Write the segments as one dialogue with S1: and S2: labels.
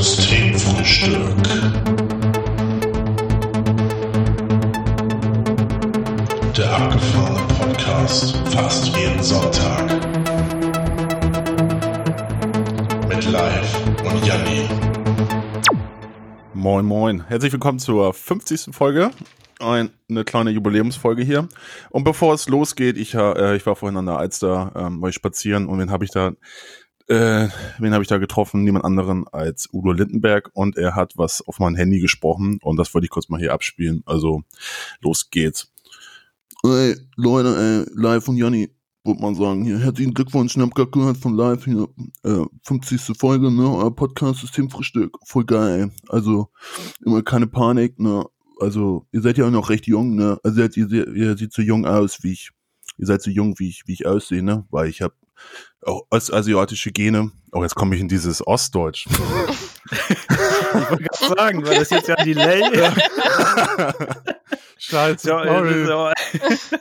S1: Systemfrühstück. Der abgefahrene Podcast fast jeden Sonntag. Mit Live und Janni.
S2: Moin, moin. Herzlich willkommen zur 50. Folge. Ein, eine kleine Jubiläumsfolge hier. Und bevor es losgeht, ich, ha- äh, ich war vorhin an der Alster, ähm, war ich spazieren und wen habe ich da, äh, wen habe ich da getroffen? Niemand anderen als Udo Lindenberg und er hat was auf mein Handy gesprochen und das wollte ich kurz mal hier abspielen. Also, los geht's. Ey, Leute, ey, live und Janni, würde man sagen, hier, herzlichen Glückwunsch, ich hab grad gehört von live hier, äh, 50. Folge, ne, euer Podcast Systemfrühstück, voll geil, also, immer keine Panik, ne, also, ihr seid ja auch noch recht jung, ne, also, ihr, seid- ihr, seht- ihr seht so jung aus, wie ich, ihr seid so jung, wie ich, wie ich aussehe, ne, weil ich hab auch ostasiatische Gene, oh, jetzt komme ich in dieses Ostdeutsch.
S3: wollte gerade sagen, weil das jetzt ja ein Delay ist.
S2: Scheiße,
S3: Ja, äh, so.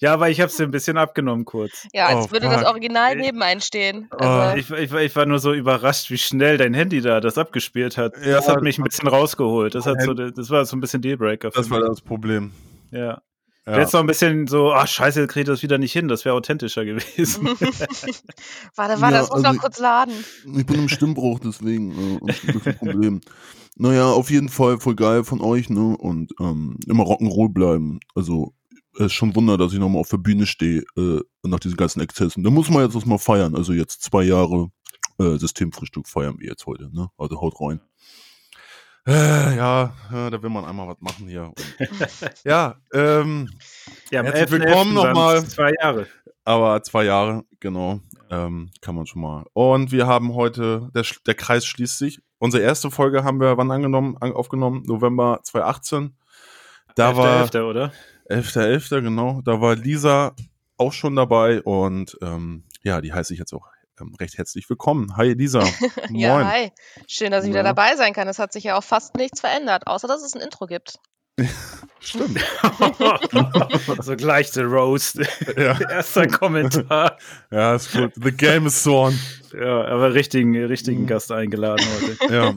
S3: ja aber ich habe es ein bisschen abgenommen kurz.
S4: Ja, als
S2: Oh,
S4: würde das
S2: fuck.
S4: Original
S3: Ey.
S4: nebenan stehen.
S2: Oh.
S4: Also,
S3: Ich, ich, ich war nur so überrascht, wie schnell dein Handy da das abgespielt hat.
S2: Ja.
S3: das hat mich ein bisschen rausgeholt. Das, hat so, das war so ein bisschen Dealbreaker. für
S2: das war
S3: mich.
S2: das Problem.
S3: Ja.
S2: Ja.
S3: Jetzt noch ein bisschen so, ach scheiße, krieg ich das wieder nicht hin. Das wäre authentischer gewesen.
S4: warte, warte,
S2: Ja,
S4: das muss noch
S2: also-
S4: kurz laden.
S2: Ich bin im Stimmbruch, deswegen äh, das ist ein Problem. Naja, auf jeden Fall voll geil von euch, ne? Und ähm, immer Rock'n'Roll bleiben. Also, es ist schon Wunder, dass ich nochmal auf der Bühne stehe äh, nach diesen ganzen Exzessen. Da muss man jetzt erstmal feiern. Also jetzt zwei Jahre äh, Systemfrühstück feiern wir jetzt heute, ne? Also haut rein. Äh, ja, äh, da will man einmal was machen hier. Und, ja, ähm,
S3: Ja, am
S2: Herzlich
S3: 11.11.
S2: willkommen
S3: waren es
S2: nochmal.
S3: Zwei Jahre.
S2: aber zwei Jahre, genau, ähm, kann man schon mal. Und wir haben heute, der, Sch- der Kreis schließt sich. Unsere erste Folge haben wir wann angenommen, an, aufgenommen? November 2018. Da war
S3: 11.11., oder?
S2: 11.11., genau. Da war Lisa auch schon dabei und ähm, ja, die heiße ich jetzt auch ähm, recht herzlich willkommen. Hi Lisa.
S4: Ja, hi. Schön, dass ich wieder
S2: Ja.
S4: dabei sein kann. Es hat sich ja auch fast nichts verändert, außer dass es ein Intro gibt.
S2: Stimmt.
S3: so gleich der Roast.
S2: ja.
S3: Erster Kommentar.
S2: ja, ist gut. The game is on.
S3: Ja, aber richtigen, richtigen
S2: Mhm.
S3: Gast eingeladen heute.
S2: Ja.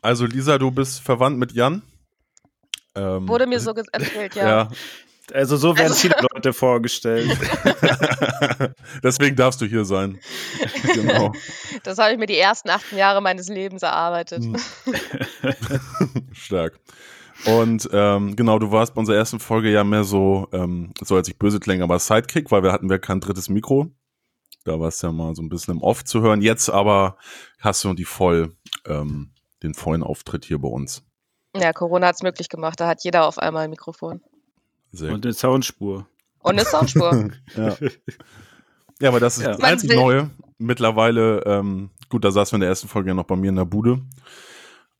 S2: Also Lisa, du bist verwandt mit Jan. Ähm,
S4: Wurde mir so ge- erzählt, ja.
S2: ja,
S3: Also so werden
S4: Also-
S3: viele Leute vorgestellt.
S2: Deswegen darfst du hier sein. Genau.
S4: Das habe ich mir die ersten 18 Jahre meines Lebens erarbeitet.
S2: Hm. Stark. Und ähm, genau, du warst bei unserer ersten Folge ja mehr so, ähm, so als ich böse klinge, aber Sidekick, weil wir hatten ja kein drittes Mikro. Da war es ja mal so ein bisschen im Off zu hören. Jetzt aber hast du die voll, ähm, den vollen Auftritt hier bei uns.
S4: Ja, Corona hat es möglich gemacht. Da hat jeder auf einmal ein Mikrofon.
S2: Sehr
S3: Und eine Soundspur.
S4: Und eine Soundspur.
S2: Ja. ja, aber das ist
S3: Ja.
S2: das
S4: Man
S2: einzig
S4: will-
S2: Neue. Mittlerweile, ähm, gut, da saßen wir in der ersten Folge ja noch bei mir in der Bude.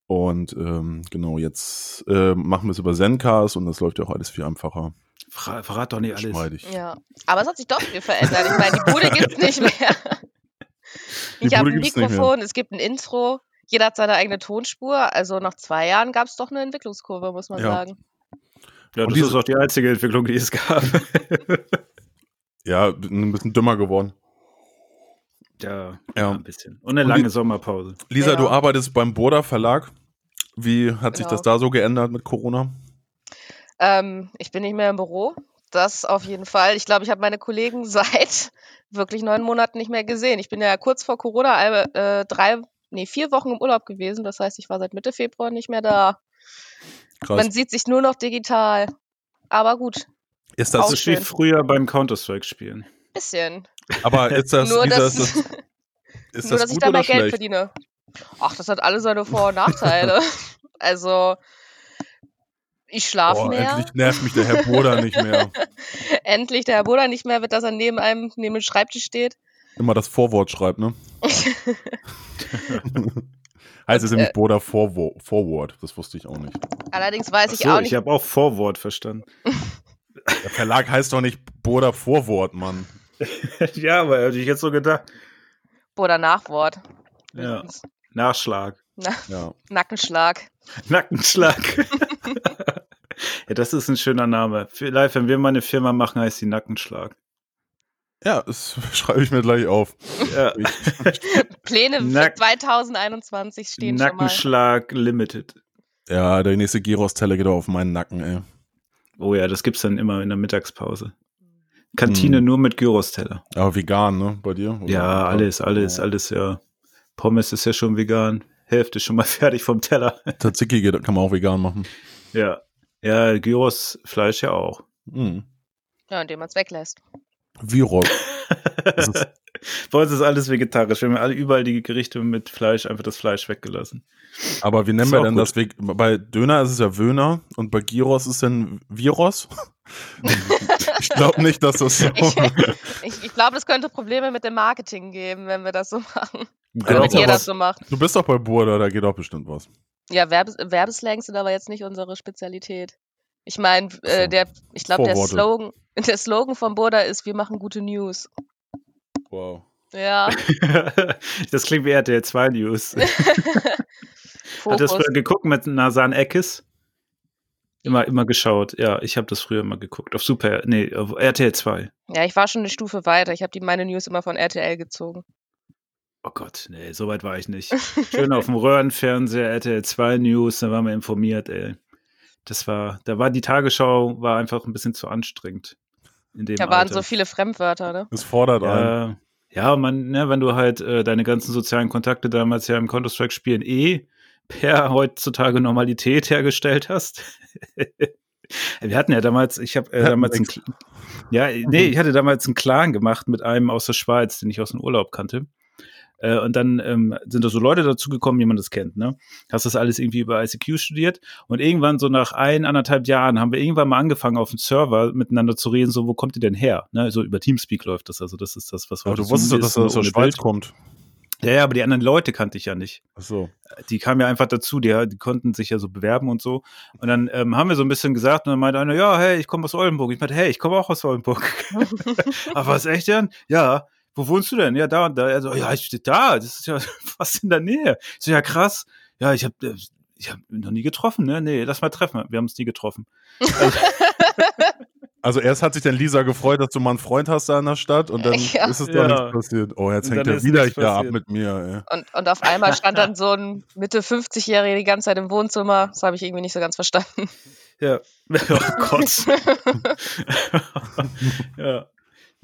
S2: Und ähm, genau, jetzt äh, machen wir es über Zencast und das läuft ja auch alles viel einfacher.
S3: Verrat, verrat doch nicht alles.
S2: Schmeidig.
S4: ja. Aber es hat sich doch viel verändert. Ich meine, die Bude gibt es nicht mehr.
S2: Die
S4: ich habe
S2: Bude
S4: ein
S2: gibt's nicht mehr.
S4: Mikrofon, es gibt ein Intro. Jeder hat seine eigene Tonspur. Also nach zwei Jahren gab es doch eine Entwicklungskurve, muss man
S2: Ja.
S4: sagen.
S3: Ja,
S2: Und
S3: das
S2: diese-
S3: ist auch die einzige Entwicklung, die es gab.
S2: Ja, bin ein bisschen dümmer geworden.
S3: ja,
S2: Ja.
S3: ja, ein bisschen. Und eine
S2: Und
S3: lange
S2: die-
S3: Sommerpause.
S2: Lisa,
S4: Ja.
S2: du arbeitest beim Burda Verlag. Wie hat sich
S4: Genau.
S2: das da so geändert mit Corona?
S4: Ähm, ich bin nicht mehr im Büro. Das auf jeden Fall. Ich glaube, ich habe meine Kollegen seit wirklich neun Monaten nicht mehr gesehen. Ich bin ja kurz vor Corona alle, äh, drei, nee, vier Wochen im Urlaub gewesen. Das heißt, ich war seit Mitte Februar nicht mehr da. Man
S2: Krass.
S4: sieht sich nur noch digital. Aber gut,
S2: Ist
S3: Das
S4: Auch
S2: das,
S3: ist wie
S4: schön.
S3: früher beim Counter-Strike-Spielen.
S4: bisschen.
S2: aber ist das,
S4: nur,
S2: Lisa,
S4: dass,
S2: ist das, ist
S4: nur,
S2: das
S4: dass ich
S2: gut
S4: da
S2: oder
S4: mehr Geld
S2: schlecht?
S4: verdiene. Ach, das hat alle seine Vor- und Nachteile. also, ich schlafe
S2: Oh,
S4: mehr.
S2: endlich nervt mich der Herr Burda nicht mehr.
S4: endlich der Herr Bruder nicht mehr wird, dass er neben einem, neben dem Schreibtisch steht.
S2: immer das Vorwort schreibt, ne? heißt es nämlich Boda Vorwo Vorwort, das wusste ich auch nicht.
S4: Allerdings weiß ich
S3: Achso,
S4: auch
S3: ich,
S4: nicht.
S3: habe auch Vorwort verstanden.
S2: Der Verlag heißt doch nicht Boda Vorwort, Mann.
S3: ja, aber hätte ich jetzt so gedacht.
S4: Oder Nachwort.
S3: Ja. Nachschlag.
S2: Ja.
S4: Nackenschlag.
S3: Nackenschlag. ja, das ist ein schöner Name. Vielleicht, wenn wir mal eine Firma machen, heißt die Nackenschlag.
S2: Ja, das schreibe ich mir gleich auf.
S3: Ja.
S4: Pläne für
S3: Nack-
S4: 2021 stehen schon mal.
S3: Nackenschlag Limited.
S2: Ja, der nächste Gyros-Teller geht auch auf meinen Nacken, ey.
S3: Oh ja, das gibt's dann immer in der Mittagspause. Kantine
S2: Hm.
S3: nur mit Gyros-Teller.
S2: Aber vegan, ne? Bei dir? Oder?
S3: Oh Ja, alles, alles,
S2: Ja.
S3: alles, ja. Pommes ist ja schon vegan. Hälfte ist schon mal fertig vom Teller.
S2: Tzatziki geht- kann man auch vegan machen.
S3: Ja. Ja, Gyros, Fleisch ja auch.
S2: Mhm.
S4: Ja, indem man es weglässt.
S2: Virok. Das ist-
S3: Bei uns ist alles vegetarisch. Wir haben alle überall die Gerichte mit Fleisch, einfach das Fleisch weggelassen.
S2: Aber wie nennen
S3: Ist
S2: wir
S3: auch
S2: denn
S3: gut.
S2: das? Weg- Bei Döner ist es ja Wöhner und bei Gyros ist dann Viros. ich glaube nicht, dass das so.
S4: Ich, ich, ich glaube, es könnte Probleme mit dem Marketing geben, wenn wir das so machen.
S2: Ja,
S3: Genau,
S4: Oder
S2: aber
S4: wenn ihr
S2: was-
S4: das so macht.
S2: Du bist doch bei Burda, da geht doch bestimmt was.
S4: Ja, Werbes Werbeslangs sind aber jetzt nicht unsere Spezialität. Ich meine, äh,
S2: So.
S4: der, ich glaube, der
S2: Vorworte.
S4: Slogan, der Slogan von Boda ist, wir machen gute News.
S2: Wow.
S4: Ja,
S3: das klingt wie RTL 2 News. Hat das
S4: Fokus.
S3: früher geguckt mit Nasan Eckes? Immer, immer geschaut. Ja, ich habe das früher immer geguckt. Auf Super, nee, auf RTL 2.
S4: Ja, ich war schon eine Stufe weiter. Ich habe die meine News immer von RTL gezogen.
S3: Oh Gott, nee, so weit war ich nicht. Schön auf dem Röhrenfernseher, RTL 2 News, da waren wir informiert, ey. Das war, da war die Tagesschau, war einfach ein bisschen zu anstrengend. In dem
S4: Da waren
S3: Alter.
S4: so viele Fremdwörter, ne?
S2: Es fordert einen.
S3: Ja, ja man, ne, wenn du halt äh, deine ganzen sozialen Kontakte damals ja im Counter-Strike-Spielen eh per heutzutage Normalität hergestellt hast. Wir hatten ja damals, ich habe äh,
S2: hatten
S3: damals einen,
S2: nix.
S3: Cl- ja, nee, ich hatte damals einen Clan gemacht mit einem aus der Schweiz, den ich aus dem Urlaub kannte. Äh, und dann ähm, sind da so Leute dazugekommen, wie man das kennt, ne? Hast das alles irgendwie über ICQ studiert und irgendwann so nach ein, anderthalb Jahren haben wir irgendwann mal angefangen, auf dem Server miteinander zu reden, so, wo kommt ihr denn her? Ne? So über Teamspeak läuft das, also das ist das, was
S2: Aber du
S3: Zoom
S2: wusstest doch,
S3: ist,
S2: dass er
S3: nur
S2: aus der
S3: ohne
S2: Schweiz
S3: Bild.
S2: kommt.
S3: Ja, ja, aber die anderen Leute kannte ich ja nicht
S2: Achso.
S3: die kamen ja einfach dazu, die, die konnten sich ja so bewerben und so. Und dann ähm, haben wir so ein bisschen gesagt und dann meinte einer, ja, hey, ich komme aus Oldenburg. Ich meinte, hey, ich komme auch aus Oldenburg. Aber was echt denn? Ja. Wo wohnst du denn? Ja, da und da. Er so, ja, ich stehe da. Das ist ja fast in der Nähe. Ich so, ja, krass. Ja, ich habe ich hab noch nie getroffen, ne? Nee, lass mal treffen. Wir haben uns nie getroffen.
S2: Also erst hat sich dann Lisa gefreut, dass du mal einen Freund hast da in der Stadt und dann
S4: Ja.
S2: ist es doch
S3: Ja.
S2: nichts passiert. Oh, jetzt
S3: Und
S2: hängt
S3: dann
S2: er
S3: ist
S2: wieder
S3: nichts
S2: hier ab
S3: passiert.
S2: mit mir.
S4: Und, und auf einmal stand dann so ein Mitte 50-Jährige die ganze Zeit im Wohnzimmer. Das habe ich irgendwie nicht so ganz verstanden.
S3: Ja. Oh Gott. ja.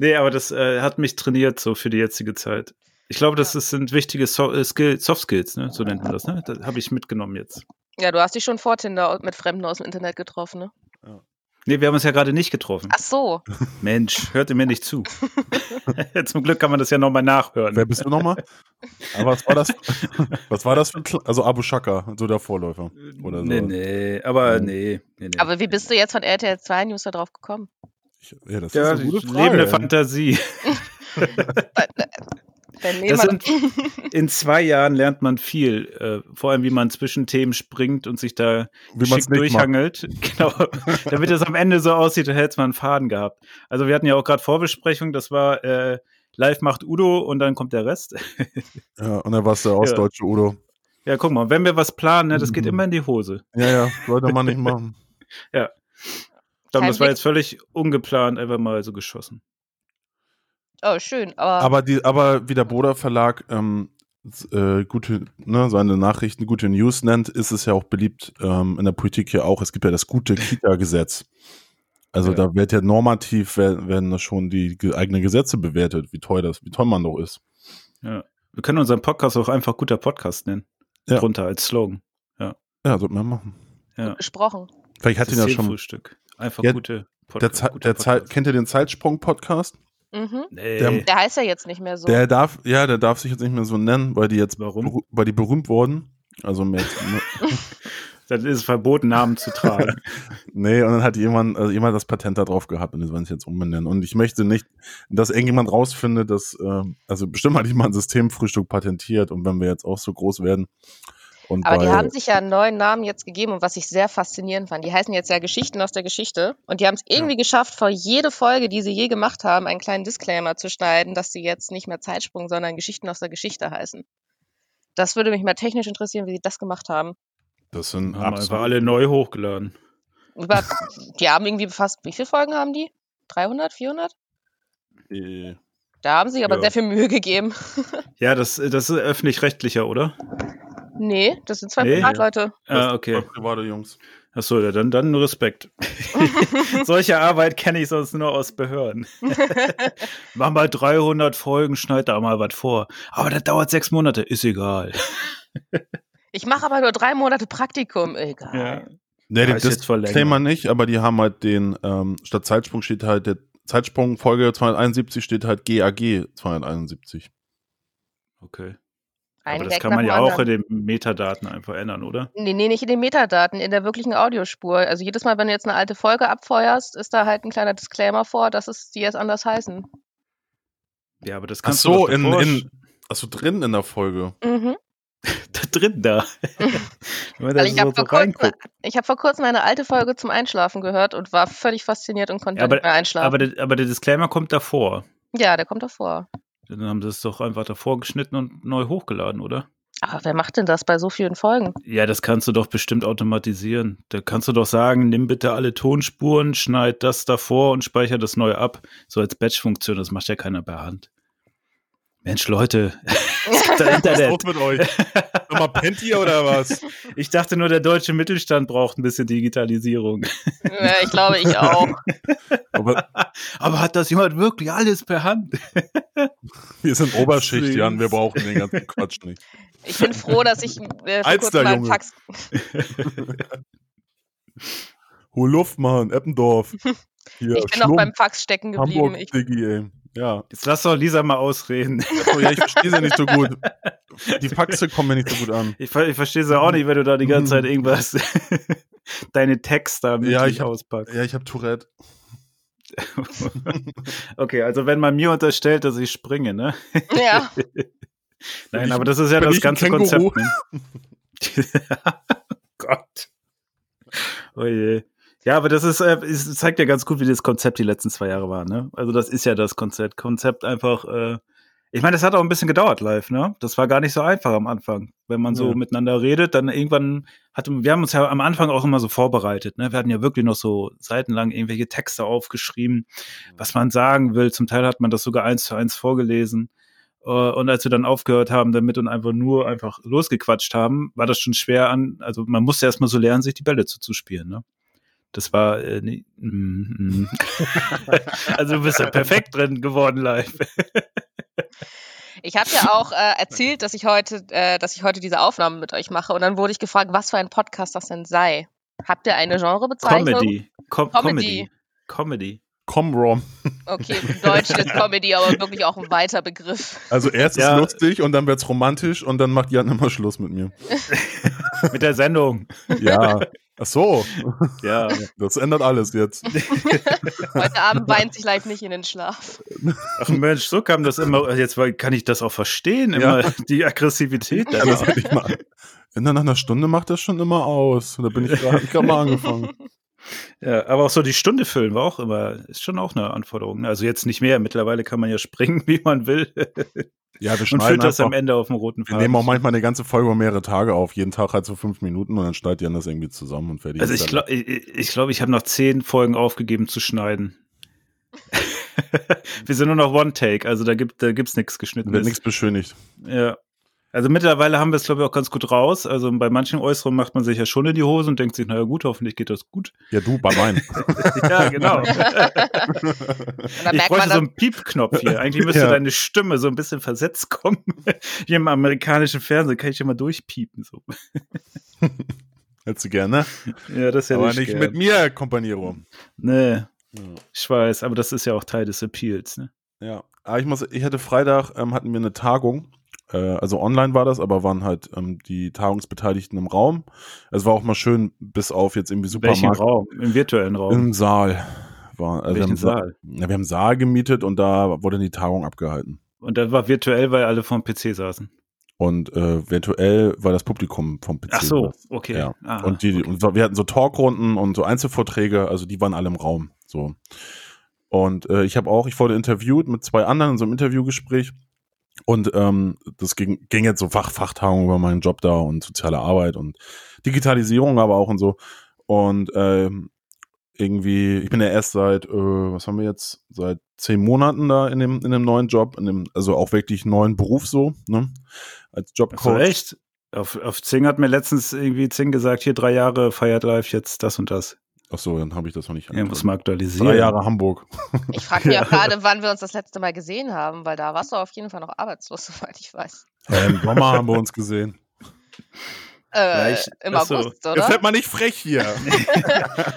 S3: Nee, aber das äh, hat mich trainiert so für die jetzige Zeit. Ich glaube, das ist, sind wichtige so äh, Skill Soft Skills, ne? so nennt man das. Ne? Das habe ich mitgenommen jetzt.
S4: Ja, du hast dich schon vor Tinder mit Fremden aus dem Internet getroffen, ne?
S3: Nee, wir haben uns ja gerade nicht getroffen.
S4: Ach so.
S3: Mensch, hört ihr mir nicht zu. Zum Glück kann man das ja nochmal
S2: Ey.
S3: nachhören.
S2: Wer bist du nochmal? Aber was war das? Was war das für ein Kl Also Abu Shaka, so der Vorläufer. Oder so.
S3: Äh, Nee, nee, aber
S2: Mhm.
S3: nee. nee, nee.
S4: Aber wie bist du jetzt von RTL 2 News da drauf gekommen?
S2: Ich, ja, das
S3: ja,
S2: ist eine gute Frage.
S3: lebende Fantasie.
S4: Dein Leben
S3: Das
S4: hat-
S3: sind, in zwei Jahren lernt man viel, äh, vor allem wie man zwischen Themen springt und sich da
S2: Wie man es nicht
S3: geschickt
S2: macht.
S3: durchhangelt. Genau. Damit es am Ende so aussieht, da hätte man einen Faden gehabt. Also wir hatten ja auch gerade Vorbesprechung, das war äh, live macht Udo und dann kommt der Rest.
S2: Ja, und dann warst du der ostdeutsche Udo.
S3: Ja, guck mal, wenn wir was planen, ne, das geht
S2: Mhm.
S3: immer in die Hose.
S2: Ja, ja, sollte man nicht machen.
S3: Dann,
S4: Kein
S3: das war
S4: Blick.
S3: jetzt völlig ungeplant, einfach mal so geschossen.
S4: Oh, schön. Aber,
S2: Aber, die, aber wie der Boda Verlag ähm, s- äh, gute, ne, seine Nachrichten gute News nennt, ist es ja auch beliebt ähm, in der Politik hier auch. Es gibt ja das gute Kita-Gesetz. Also
S3: Ja.
S2: da wird ja normativ werden, werden da schon die ge- eigenen Gesetze bewertet, wie toll das, wie toll man doch ist.
S3: Wir können unseren Podcast auch einfach guter Podcast nennen.
S2: Ja.
S3: Drunter als Slogan.
S2: Ja, sollte man machen.
S3: Ja.
S4: gesprochen.
S2: Vielleicht hat ihn ja schon.
S3: Frühstück. Einfach
S2: Ja,
S3: gute Podca-
S2: Der, Zei-
S3: guter
S2: der Zei-
S3: Podcast.
S2: kennt ihr den Zeitsprung-Podcast?
S4: Mhm.
S3: Nee.
S2: der-
S4: Der heißt ja jetzt nicht mehr so.
S2: Der darf, ja, der darf sich jetzt nicht mehr so nennen, weil die jetzt
S3: Warum?
S2: beru- weil die berühmt wurden. Also mehr,
S3: Dann ist es verboten, Namen zu tragen.
S2: nee, und dann hat jemand, also jemand das Patent da drauf gehabt und die wollen es jetzt umbenennen. Und ich möchte nicht, dass irgendjemand rausfindet, dass, ähm, also bestimmt hat jemand ein Systemfrühstück patentiert und wenn wir jetzt auch so groß werden. Und
S4: aber die
S2: bei-
S4: haben sich ja einen neuen Namen jetzt gegeben und was ich sehr faszinierend fand, die heißen jetzt ja Geschichten aus der Geschichte und die haben es irgendwie geschafft, vor jede Folge, die sie je gemacht haben, einen kleinen Disclaimer zu schneiden, dass sie jetzt nicht mehr Zeitsprung, sondern Geschichten aus der Geschichte heißen. Das würde mich mal technisch interessieren, wie sie das gemacht haben.
S2: das sind
S3: Haben einfach
S2: absolut,
S3: alle neu hochgeladen.
S4: Über, die haben irgendwie fast, wie viele Folgen haben die? 300, 400?
S2: äh,
S4: Da haben sie sich aber
S3: Ja.
S4: sehr viel Mühe gegeben.
S3: Ja, das, das ist öffentlich-rechtlicher, oder?
S4: Nee, das sind zwei
S3: Nee.
S4: Privatleute.
S3: Ah,
S2: Voll
S3: okay.
S2: Private Jungs.
S3: Achso, ja, dann, dann Respekt. Solche Arbeit kenne ich sonst nur aus Behörden. Mach mal 300 Folgen, schneid da mal was vor. Aber das dauert sechs Monate, ist egal.
S4: Ich mache aber nur drei Monate Praktikum. Egal.
S2: Nee,
S3: Ja,
S2: das
S3: ist jetzt verlängert.
S2: Thema nicht, aber die haben halt den, ähm, statt Zeitsprung steht halt der Zeitsprung Folge 271 steht halt GAG 271.
S3: Okay.
S4: Ein
S3: Aber das
S4: Gag
S3: kann
S4: nach
S3: man
S4: dem
S3: ja
S4: anderen.
S3: auch in den Metadaten einfach ändern, oder?
S4: Nee, nee, nicht in den Metadaten, in der wirklichen Audiospur. Also jedes Mal, wenn du jetzt eine alte Folge abfeuerst, ist da halt ein kleiner Disclaimer vor, dass es die jetzt anders heißen.
S3: Ja, aber das
S2: Ach
S3: kannst
S2: so,
S3: du doch
S2: in,
S3: davor
S2: in, achso, drin in der Folge.
S4: Mhm.
S3: da drin da. Wenn man da
S4: Weil Also ich
S3: so,
S4: habe
S3: so
S4: vor, kurzem-
S3: reinguckt.
S4: ich hab vor kurzem eine alte Folge zum Einschlafen gehört und war völlig fasziniert und konnte
S3: Ja, aber-
S4: nicht mehr einschlafen.
S3: Aber, der- aber der Disclaimer kommt davor.
S4: ja, der kommt davor.
S3: Dann haben sie es doch einfach davor geschnitten und neu hochgeladen, oder?
S4: Aber wer macht denn das bei so vielen Folgen?
S3: Ja, das kannst du doch bestimmt automatisieren. Da kannst du doch sagen, nimm bitte alle Tonspuren, schneid das davor und speicher das neu ab. So als Batch-Funktion, das macht ja keiner per Hand. Mensch, Leute, es gibt da Internet.
S2: mit euch? Nochmal pennt ihr oder was?
S3: Ich dachte nur, der deutsche Mittelstand braucht ein bisschen Digitalisierung.
S4: Ja, ich glaube, ich auch.
S2: Aber
S3: Aber hat das jemand wirklich alles per Hand?
S2: wir sind Oberschicht,
S3: Süß.
S2: Jan, wir brauchen den ganzen Quatsch nicht.
S4: Ich bin froh, dass ich äh, vor
S2: Alster,
S4: kurzem meinen
S2: Junge.
S4: Fax
S2: Hol Luft, Mann, Eppendorf. Hier,
S4: Ich bin noch beim Fax stecken geblieben.
S2: Hamburg,
S4: Ich,
S2: Diggi, ey. Ja.
S3: Jetzt lass doch Lisa mal ausreden.
S2: Achso, ja, ich verstehe sie nicht so gut. Die Faxe kommen mir nicht so gut an.
S3: Ich, ver- ich verstehe es ja auch nicht, wenn du da die ganze Zeit irgendwas, deine Texte damit
S2: Mhm. Ja,
S3: ja,
S2: ich
S3: ich
S2: hab-
S3: auspackst.
S2: Ja, ich habe Tourette.
S3: Okay, also wenn man mir unterstellt, dass ich springe, ne?
S4: ja,
S2: Bin
S3: Nein,
S2: ich-
S3: aber das ist ja
S2: bin ich
S3: das
S2: ein
S3: ganze
S2: Känguru?
S3: Konzept. Ne? Gott. Oh je. Ja, aber das ist, äh, es zeigt ja ganz gut, wie das Konzept die letzten zwei Jahre war, ne? Also das ist ja das Konzept. Konzept einfach, äh, ich meine, das hat auch ein bisschen gedauert live, ne? Das war gar nicht so einfach am Anfang. Wenn man so
S2: Ja.
S3: miteinander redet, dann irgendwann hatte, wir haben uns ja am Anfang auch immer so vorbereitet, ne? Wir hatten ja wirklich noch so seitenlang irgendwelche Texte aufgeschrieben, was man sagen will. Zum Teil hat man das sogar eins zu eins vorgelesen. Äh, Und als wir dann aufgehört haben damit und einfach nur einfach losgequatscht haben, war das schon schwer an, also man musste erstmal so lernen, sich die Bälle zuzuspielen, ne? Das war, äh, nee, mm, mm. also du bist ja perfekt drin geworden live.
S4: ich habe ja auch äh, erzählt, dass ich heute, äh, dass ich heute diese Aufnahmen mit euch mache. Und dann wurde ich gefragt, was für ein Podcast das denn sei. Habt ihr eine Genrebezeichnung?
S3: Comedy. Com
S4: Comedy.
S3: Comedy. Comedy.
S2: Comrom.
S4: Okay, im Deutschen ist Comedy aber wirklich auch ein weiter Begriff.
S2: Also erst
S3: Ja.
S2: ist lustig und dann wird's romantisch und dann macht Jan immer Schluss mit mir.
S3: Mit der Sendung.
S2: Ja. Ach so,
S3: Ja.
S2: das ändert alles jetzt.
S4: Heute Abend weint sich leicht nicht in den Schlaf.
S3: Ach Mensch, so kam das immer. Jetzt war- kann ich das auch verstehen,
S2: Ja.
S3: immer die Aggressivität.
S2: Ja, das hätte ich mal. Nach einer Stunde macht das schon immer aus. Da bin ich gerade ich hab mal angefangen.
S3: Ja, aber auch so die Stunde füllen war auch immer, ist schon auch eine Anforderung. ne? Also jetzt nicht mehr. Mittlerweile kann man ja springen, wie man will.
S2: Ja, wir
S3: Und
S2: schneiden
S3: füllt das am
S2: einfach,
S3: Ende auf dem roten
S2: wir
S3: Faden.
S2: nehmen auch manchmal eine ganze Folge über mehrere Tage auf. Jeden Tag halt so fünf Minuten und dann schneidet Jan das irgendwie zusammen und fertig.
S3: also
S2: ist
S3: ich
S2: dann-
S3: glaube, ich, ich, glaub, ich habe noch zehn Folgen aufgegeben zu schneiden. Wir sind nur noch One Take, also da gibt da gibt's nichts geschnitten.
S2: wird nichts beschönigt.
S3: Ja. Also mittlerweile haben wir es, glaube ich, auch ganz gut raus. Also bei manchen Äußerungen macht man sich ja schon in die Hose und denkt sich, naja gut, hoffentlich geht das gut.
S2: Ja, du, bei meinen.
S3: Ja, genau.
S4: Und dann
S3: ich bräuchte
S4: merkt man
S3: so
S4: dann,
S3: einen Piepknopf hier. Eigentlich müsste
S2: Ja.
S3: deine Stimme so ein bisschen versetzt kommen. Hier im amerikanischen Fernsehen kann ich immer durchpiepen. So.
S2: Hättest du gerne.
S3: Ja, das ist ja
S2: Aber nicht
S3: gern.
S2: mit mir, Kompaniero.
S3: Nee,
S2: Ja.
S3: ich weiß, aber das ist ja auch Teil des Appeals. Ne?
S2: Ja, aber ich muss, ich hatte Freitag, ähm, hatten wir eine Tagung. Äh, also online war das, aber waren halt ähm, die Tagungsbeteiligten im Raum. Es war auch mal schön, bis auf jetzt irgendwie
S3: Welchen
S2: Supermarkt
S3: Raum? Im virtuellen Raum.
S2: im Saal. War, also wir
S3: Welchen
S2: haben Sa-
S3: Saal?
S2: Ja, wir haben einen Saal gemietet und da wurde die Tagung abgehalten.
S3: Und das war virtuell, weil alle vorm PC saßen.
S2: Und äh, virtuell war das Publikum vom PC.
S3: Ach so, okay.
S2: Ja.
S3: Ah,
S2: und die,
S3: okay.
S2: und wir hatten so Talkrunden und so Einzelvorträge, also die waren alle im Raum. So. Und äh, ich habe auch, ich wurde interviewt mit zwei anderen in so einem Interviewgespräch. Und ähm, das ging, ging jetzt so Fach, Fachtagung über meinen Job da und soziale Arbeit und Digitalisierung aber auch und so. Und ähm, irgendwie, ich bin ja erst seit, äh, was haben wir jetzt, seit zehn Monaten da in dem, in dem neuen Job, in dem, also auch wirklich neuen Beruf so, ne? Als
S3: Ach so,
S2: Jobcoach.
S3: echt? Auf, auf Zing hat mir letztens irgendwie Zing gesagt, hier drei Jahre feiert live jetzt das und das.
S2: Ach so, dann habe ich das noch nicht
S3: Ja, muss
S2: angefangen.
S3: mal aktualisieren.
S2: Drei Jahre Hamburg.
S4: Ich frage mich
S3: Ja.
S4: ja gerade, wann wir uns das letzte Mal gesehen haben, weil da warst du auf jeden Fall noch arbeitslos, soweit ich weiß.
S2: Ja, Im Sommer Ähm, haben wir uns gesehen.
S4: Äh,
S3: Ja, ich-
S4: Im
S3: ach so.
S4: August,
S2: Jetzt
S4: oder?
S2: wird man nicht frech hier.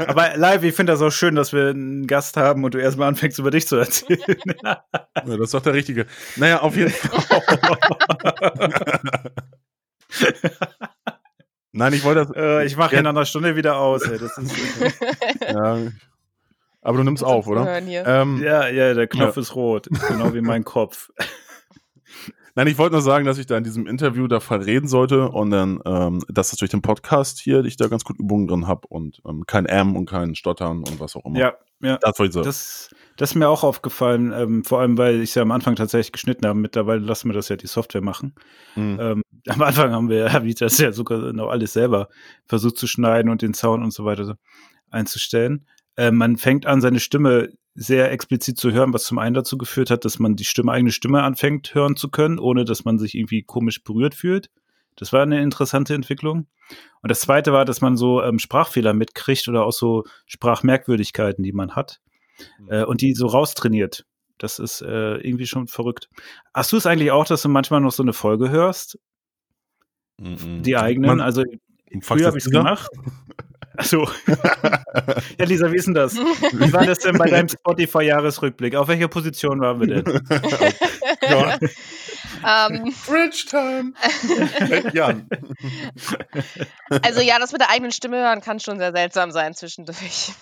S3: Aber live, ich finde das auch schön, dass wir einen Gast haben und du erstmal anfängst, über dich zu erzählen.
S2: Ja, das ist doch der Richtige. Naja, auf jeden Fall. Nein, ich wollte das.
S3: äh, ich mache
S2: Ja.
S3: in einer Stunde wieder aus. Ey. Das ist,
S2: Ja, aber du nimmst auf, oder?
S4: Hören hier.
S2: Ähm,
S3: ja, ja, der Knopf ist rot. Genau wie mein Kopf.
S2: Nein, ich wollte nur sagen, dass ich da in diesem Interview davon reden sollte und dann, ähm, dass das durch den Podcast hier ich da ganz gut Übungen drin habe und ähm, kein M und kein Stottern und was auch immer.
S3: Ja, ja.
S2: Das wollte ich sagen.
S3: Das, das ist mir auch aufgefallen, ähm, vor allem, weil ich ja am Anfang tatsächlich geschnitten habe. Mittlerweile lassen wir das ja die Software machen.
S2: Mhm.
S3: Ähm, am Anfang haben wir, habe ich das ja sogar noch alles selber versucht zu schneiden und den Sound und so weiter so einzustellen. Ähm, man fängt an, seine Stimme sehr explizit zu hören, was zum einen dazu geführt hat, dass man die Stimme, eigene Stimme anfängt hören zu können, ohne dass man sich irgendwie komisch berührt fühlt. Das war eine interessante Entwicklung. Und das zweite war, dass man so ähm, Sprachfehler mitkriegt oder auch so Sprachmerkwürdigkeiten, die man hat äh, und die so raustrainiert. Das ist äh, irgendwie schon verrückt. Hast du es eigentlich auch, dass du manchmal noch so eine Folge hörst?
S2: Mhm.
S3: Die eigenen?
S2: Man-
S3: also
S2: Fuck,
S3: früher
S2: das
S3: habe ich es
S2: Lisa?
S3: gemacht. Achso. ja, Lisa, wie ist denn das? Wie war das denn bei deinem Spotify-Jahresrückblick? Auf welcher Position waren wir denn?
S2: Ja.
S4: ähm,
S2: Fridge Time! Seit Jahren.
S4: also ja, das mit der eigenen Stimme hören kann schon sehr seltsam sein zwischendurch.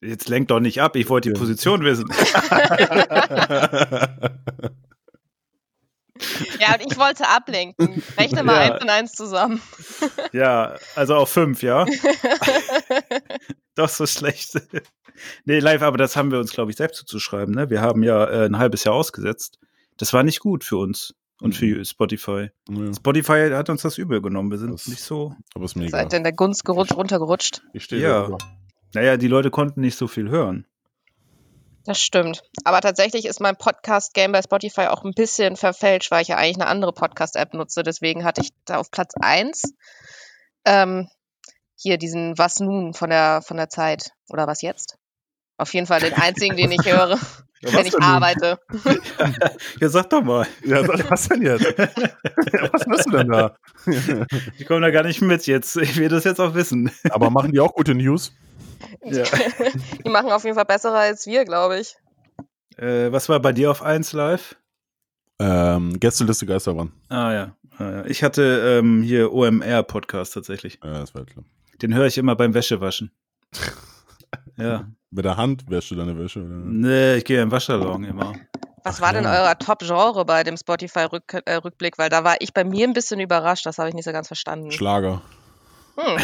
S3: Jetzt lenk doch nicht ab, ich wollte die Position wissen.
S4: Ja, und ich wollte ablenken. Rechne mal
S3: Ja.
S4: eins und eins zusammen.
S3: Ja, also auf fünf, ja? Doch so schlecht. nee, live, aber das haben wir uns, glaube ich, selbst zuzuschreiben. Ne? Wir haben ja äh, ein halbes Jahr ausgesetzt. Das war nicht gut für uns und für Spotify.
S2: Ja,
S3: Spotify hat uns das übel genommen. Wir sind
S2: Das-
S3: nicht so.
S2: aber ist mega.
S4: Seid ihr in der Gunst gerutscht, runtergerutscht?
S2: Ich stehe
S3: Ja.
S2: da.
S3: Naja, die Leute konnten nicht so viel hören.
S4: Das stimmt. Aber tatsächlich ist mein Podcast-Game bei Spotify auch ein bisschen verfälscht, weil ich ja eigentlich eine andere Podcast-App nutze. Deswegen hatte ich da auf Platz 1 ähm, hier diesen Was nun von der, von der Zeit oder was jetzt? Auf jeden Fall den einzigen, den ich höre,
S2: Ja,
S4: wenn ich
S2: denn nun?
S4: arbeite.
S3: Ja, sag doch mal.
S2: Ja, sag, was denn jetzt? was machst du denn da?
S3: Die kommen da gar nicht mit jetzt. Ich will das jetzt auch wissen.
S2: Aber machen die auch gute News?
S3: Ja.
S4: Die machen auf jeden Fall bessere als wir, glaube ich.
S3: äh, was war bei dir auf 1 live?
S2: Ähm, Gästeliste Geisterbahn.
S3: Ah ja. Ah, ja. Ich hatte ähm, hier OMR-Podcast tatsächlich.
S2: Ja, das war klar.
S3: Den höre ich immer beim Wäschewaschen. ja.
S2: Mit der Hand wäschst du deine Wäsche. Oder?
S4: Mhm.
S3: Nee, ich gehe im Waschsalon immer.
S4: Was
S2: Ach
S4: war denn
S2: ja.
S4: euer Top-Genre bei dem Spotify-Rückblick? Weil da war ich bei mir ein bisschen überrascht. Das habe ich nicht so ganz verstanden.
S2: Schlager.
S4: Hm.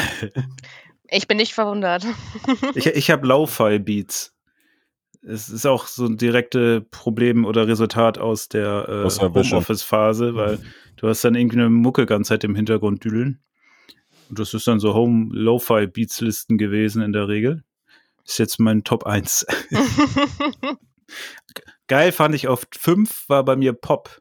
S4: Ich bin nicht verwundert.
S3: Ich, ich habe Lo-Fi-Beats. Es ist auch so ein direkte Problem oder Resultat aus der, äh,
S2: Aus der Wäsche. Mhm.
S3: Homeoffice-Phase, weil du hast dann irgendwie eine Mucke ganz Zeit im Hintergrund düdeln. Und das ist dann so Home-Lo-Fi-Beats-Listen gewesen in der Regel. Ist jetzt mein Top 1. Geil fand ich auf 5 war bei mir Pop.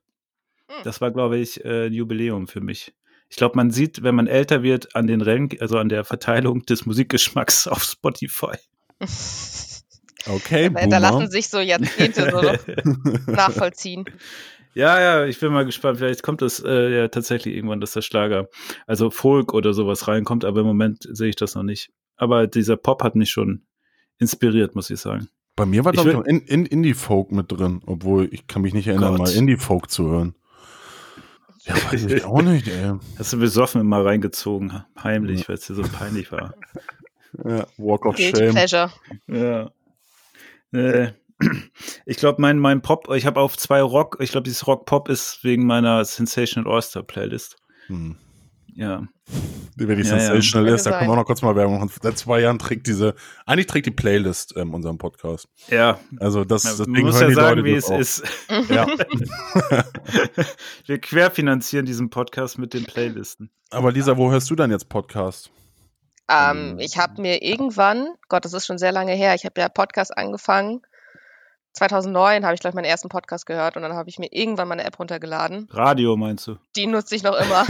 S4: Hm.
S3: Das war, glaube ich, äh, ein Jubiläum für mich. Ich glaube, man sieht, wenn man älter wird, an den Rank, also an der Verteilung des Musikgeschmacks auf Spotify.
S2: Okay,
S4: Da hinterlassen
S2: Boomer.
S4: sich so Jahrzehnte so noch nachvollziehen.
S3: Ja, ja, ich bin mal gespannt. Vielleicht kommt es äh, ja tatsächlich irgendwann, dass der Schlager, also Folk oder sowas reinkommt, aber im Moment sehe ich das noch nicht. Aber dieser Pop hat mich schon inspiriert, muss ich sagen.
S2: Bei mir war,
S3: Ich
S2: glaube ich,
S3: will-
S2: noch in, in Indie-Folk mit drin, obwohl ich kann mich nicht erinnern,
S3: Gott.
S2: mal Indie-Folk zu hören. Ja, weiß ich auch nicht, ey.
S3: Hast du besoffen immer reingezogen, heimlich, weil es dir so peinlich war.
S2: Ja, Walk of
S4: Guilty
S2: Shame.
S4: Pleasure.
S3: Ja. Äh, ich glaube, mein, mein Pop, ich habe auf zwei Rock, ich glaube, dieses Rock-Pop ist wegen meiner Sensational Oyster-Playlist.
S2: Hm.
S3: Ja.
S2: Wenn die
S3: Ja, ja.
S2: sensational ist, da
S4: Könnte
S2: können wir auch noch kurz mal Werbung machen. Seit zwei Jahren trägt diese, eigentlich trägt die Playlist ähm, unseren Podcast.
S3: Ja,
S2: Also das,
S3: man
S2: deswegen
S3: muss
S2: hören
S3: ja
S2: die
S3: sagen,
S2: Leute
S3: wie
S2: das
S3: es
S2: auch.
S3: ist.
S2: Ja.
S3: Wir querfinanzieren diesen Podcast mit den Playlisten.
S2: Aber Lisa, wo hörst du denn jetzt Podcast?
S4: Ähm, ich habe mir irgendwann, Gott, das ist schon sehr lange her, ich habe ja Podcast angefangen. 2009 habe ich, glaube ich, meinen ersten Podcast gehört und dann habe ich mir irgendwann meine App runtergeladen.
S3: Radio meinst du?
S4: Die nutze ich noch immer.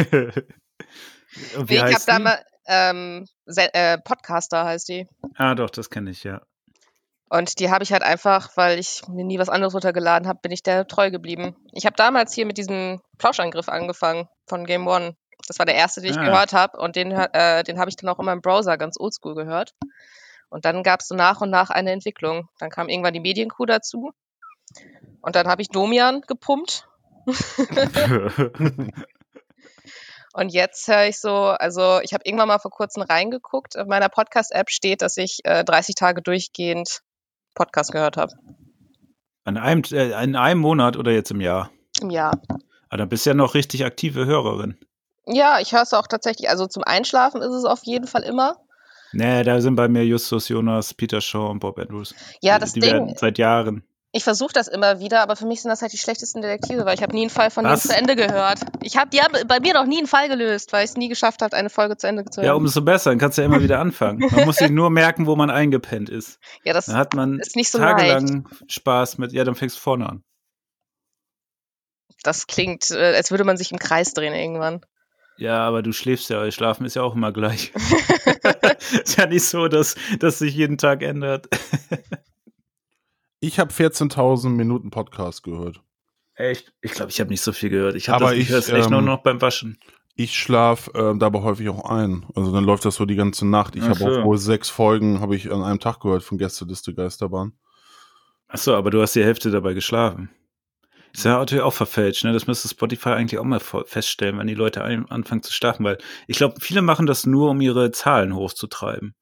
S3: Und
S4: ich habe
S3: heißt
S4: da
S3: die?
S4: mal, ähm, Se- äh, Podcaster heißt die.
S3: Ah, doch, das kenne ich, ja.
S4: Und die habe ich halt einfach, weil ich mir nie was anderes runtergeladen habe, bin ich der treu geblieben. Ich habe damals hier mit diesem Plauschangriff angefangen von Game One. Das war der erste, den ich
S3: Ah.
S4: gehört habe. Und den, hör- äh, den habe ich dann auch immer im Browser ganz oldschool gehört. Und dann gab es so nach und nach eine Entwicklung. Dann kam irgendwann die Medienkuh dazu. Und dann habe ich Domian gepumpt. Und jetzt höre ich so, also ich habe irgendwann mal vor kurzem reingeguckt. In meiner Podcast-App steht, dass ich äh, 30 Tage durchgehend Podcast gehört habe
S3: An einem, äh, in einem Monat oder jetzt im Jahr.
S4: im Jahr.
S3: Ah, dann bist du ja noch richtig aktive Hörerin.
S4: Ja, ich höre es auch tatsächlich. Also zum Einschlafen ist es auf jeden Fall immer.
S3: Nee, da sind bei mir Justus, Jonas, Peter Shaw und Bob Andrews.
S4: Ja,
S3: Die-
S4: das
S3: Also die
S4: Ding,
S3: werden seit Jahren.
S4: ich versuche das immer wieder, aber für mich sind das halt die schlechtesten Detektive, weil ich habe nie einen Fall von
S3: Was?
S4: denen zu Ende gehört. Ich habe die haben bei mir noch nie einen Fall gelöst, weil ich es nie geschafft habe, eine Folge zu Ende zu hören.
S3: Ja, um umso besser. Dann kannst du ja immer wieder anfangen. Man muss sich nur merken, wo man eingepennt ist.
S4: ja das
S3: Dann hat man
S4: ist nicht so leicht.
S3: tagelang Spaß mit. Ja, dann fängst du vorne an.
S4: Das klingt, äh, als würde man sich im Kreis drehen irgendwann.
S3: Ja, aber du schläfst ja. Schlafen ist ja auch immer gleich. ist ja nicht so, dass das sich jeden Tag ändert.
S2: Ich habe 14.000 Minuten Podcast gehört.
S3: Echt? Ich glaube, ich habe nicht so viel gehört. Ich, hab
S2: Aber
S3: das, ich
S2: ich,
S3: höre es echt
S2: ähm,
S3: nur noch beim Waschen.
S2: Ich schlaf ähm, dabei häufig auch ein. Also dann läuft das so die ganze Nacht. Ich
S3: Ach
S2: habe
S3: so.
S2: auch wohl sechs Folgen habe ich an einem Tag gehört von Gästeliste Geisterbahn.
S3: Achso, aber du hast die Hälfte dabei geschlafen. Ist ja natürlich auch verfälscht, ne? Das müsste Spotify eigentlich auch mal vor- feststellen, wenn die Leute ein, anfangen zu schlafen, weil ich glaube, viele machen das nur, um ihre Zahlen hochzutreiben.